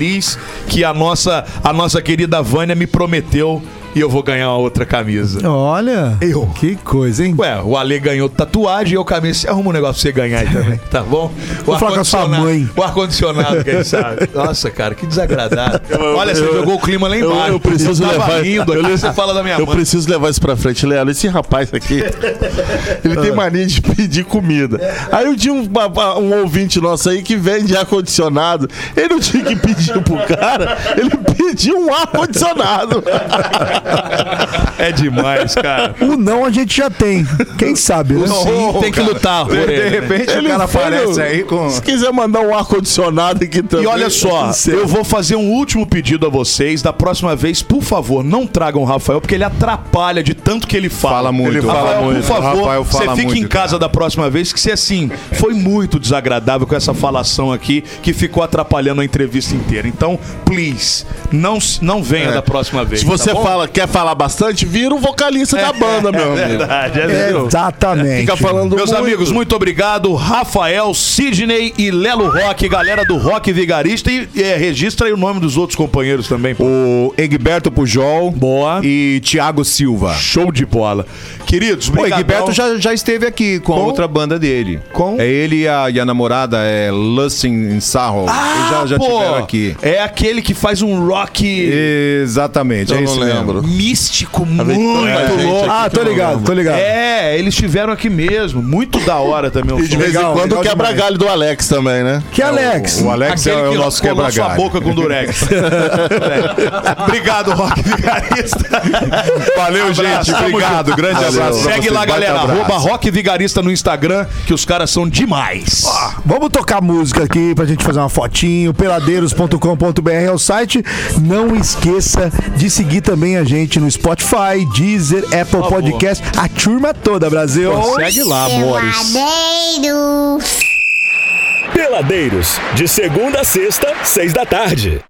Speaker 2: que a nossa a nossa querida Vânia me prometeu e eu vou ganhar uma outra camisa.
Speaker 6: Olha.
Speaker 2: Eu.
Speaker 6: Que coisa, hein?
Speaker 2: Ué, o Ale ganhou tatuagem e eu camisa. Arruma um negócio pra você ganhar aí também, tá bom? O
Speaker 6: Vou falar com a sua
Speaker 2: ar-condicionado-
Speaker 6: mãe.
Speaker 2: O ar-condicionado, quem sabe. Nossa, cara, que desagradável.
Speaker 5: Eu-
Speaker 2: Olha, você
Speaker 5: eu-
Speaker 2: jogou o clima lá
Speaker 5: eu-
Speaker 2: embaixo.
Speaker 5: Eu, preciso
Speaker 2: tava
Speaker 5: levar.
Speaker 2: rindo aqui,
Speaker 5: eu, le-
Speaker 2: você fala da minha
Speaker 5: eu
Speaker 2: mãe.
Speaker 5: preciso levar isso pra frente, Leandro. Esse rapaz aqui, ele
Speaker 2: Ah.
Speaker 5: tem mania de pedir comida. Aí eu tinha um, pa- um ouvinte nosso aí que vende ar-condicionado. Ele não tinha que pedir pro cara, ele pediu um ar-condicionado.
Speaker 2: É demais, cara.
Speaker 6: O não a gente já tem. Quem sabe? né?
Speaker 2: sim, tem que lutar por ele, né?
Speaker 5: Ele foi no- Se quiser mandar um ar-condicionado aqui também.
Speaker 2: E olha só, eu vou fazer um último pedido a vocês. Da próxima vez, por favor, não tragam o Rafael, porque ele atrapalha de tanto que ele fala.
Speaker 3: Fala muito,
Speaker 2: Ele fala
Speaker 3: fala
Speaker 2: Rafael,
Speaker 3: muito.
Speaker 2: Por favor,
Speaker 3: Rafael fala
Speaker 2: você fica
Speaker 3: muito,
Speaker 2: em casa da próxima vez, que se assim, foi muito desagradável com essa falação aqui, que ficou atrapalhando a entrevista inteira. Então, please, não, s- não venha
Speaker 5: É.
Speaker 2: da próxima vez.
Speaker 5: Se você
Speaker 2: tá bom?
Speaker 5: fala, quer falar bastante, vira um vocalista da banda, meu
Speaker 2: É
Speaker 5: amigo.
Speaker 2: verdade, é verdade.
Speaker 6: Exatamente.
Speaker 5: Fica falando
Speaker 2: Meus
Speaker 5: muito.
Speaker 2: amigos, muito obrigado. Rafael, Sidney e Lelo Rock, galera do Rock Vigarista. E é, registra aí o nome dos outros companheiros também.
Speaker 3: O Egberto Pujol
Speaker 2: Boa.
Speaker 3: e Thiago Silva.
Speaker 2: Show de bola. Queridos,
Speaker 3: O
Speaker 2: brigadão.
Speaker 3: Egberto já, já esteve aqui com a outra banda dele. Com? É ele e a, e a namorada, é Lustin Sarro. Eles já, já
Speaker 2: pô,
Speaker 3: tiveram aqui.
Speaker 2: É aquele que faz um rock
Speaker 3: Exatamente,
Speaker 5: Eu
Speaker 3: é
Speaker 5: não
Speaker 3: isso
Speaker 5: lembro.
Speaker 3: mesmo.
Speaker 2: místico
Speaker 5: vez que tem
Speaker 2: muito
Speaker 5: mais gente aqui
Speaker 2: louco.
Speaker 5: que Ah, tô eu não ligado, lembro. tô ligado.
Speaker 2: É, eles estiveram aqui mesmo. Muito da hora também. o
Speaker 5: E de
Speaker 2: som.
Speaker 5: vez
Speaker 2: Legal,
Speaker 5: em quando
Speaker 2: legal
Speaker 5: quebra
Speaker 2: demais.
Speaker 5: galho do Alex também, né?
Speaker 6: Que Alex?
Speaker 3: O Alex é,
Speaker 2: Aquele
Speaker 3: é o
Speaker 2: que
Speaker 3: nosso
Speaker 2: colou sua
Speaker 3: quebra-galho.
Speaker 2: boca com durex. É. Obrigado, Rock Vigarista.
Speaker 3: Valeu, gente.
Speaker 2: tamo
Speaker 3: Obrigado.
Speaker 2: junto.
Speaker 3: Grande
Speaker 2: Valeu.
Speaker 3: abraço. pra
Speaker 2: Segue
Speaker 3: vocês.
Speaker 2: lá,
Speaker 3: Baita
Speaker 2: galera.
Speaker 3: abraço.
Speaker 2: Arroba Rock Vigarista no Instagram, que os caras são demais.
Speaker 6: Vamos tocar música aqui pra gente fazer uma fotinho. Peladeiros.com.br é o site. Não esqueça de seguir também a gente no Spotify, Deezer, Apple Podcast, a turma toda, Brasil.
Speaker 2: Consegue lá, amores.
Speaker 9: Peladeiros.
Speaker 1: Peladeiros, de segunda a sexta, seis da tarde.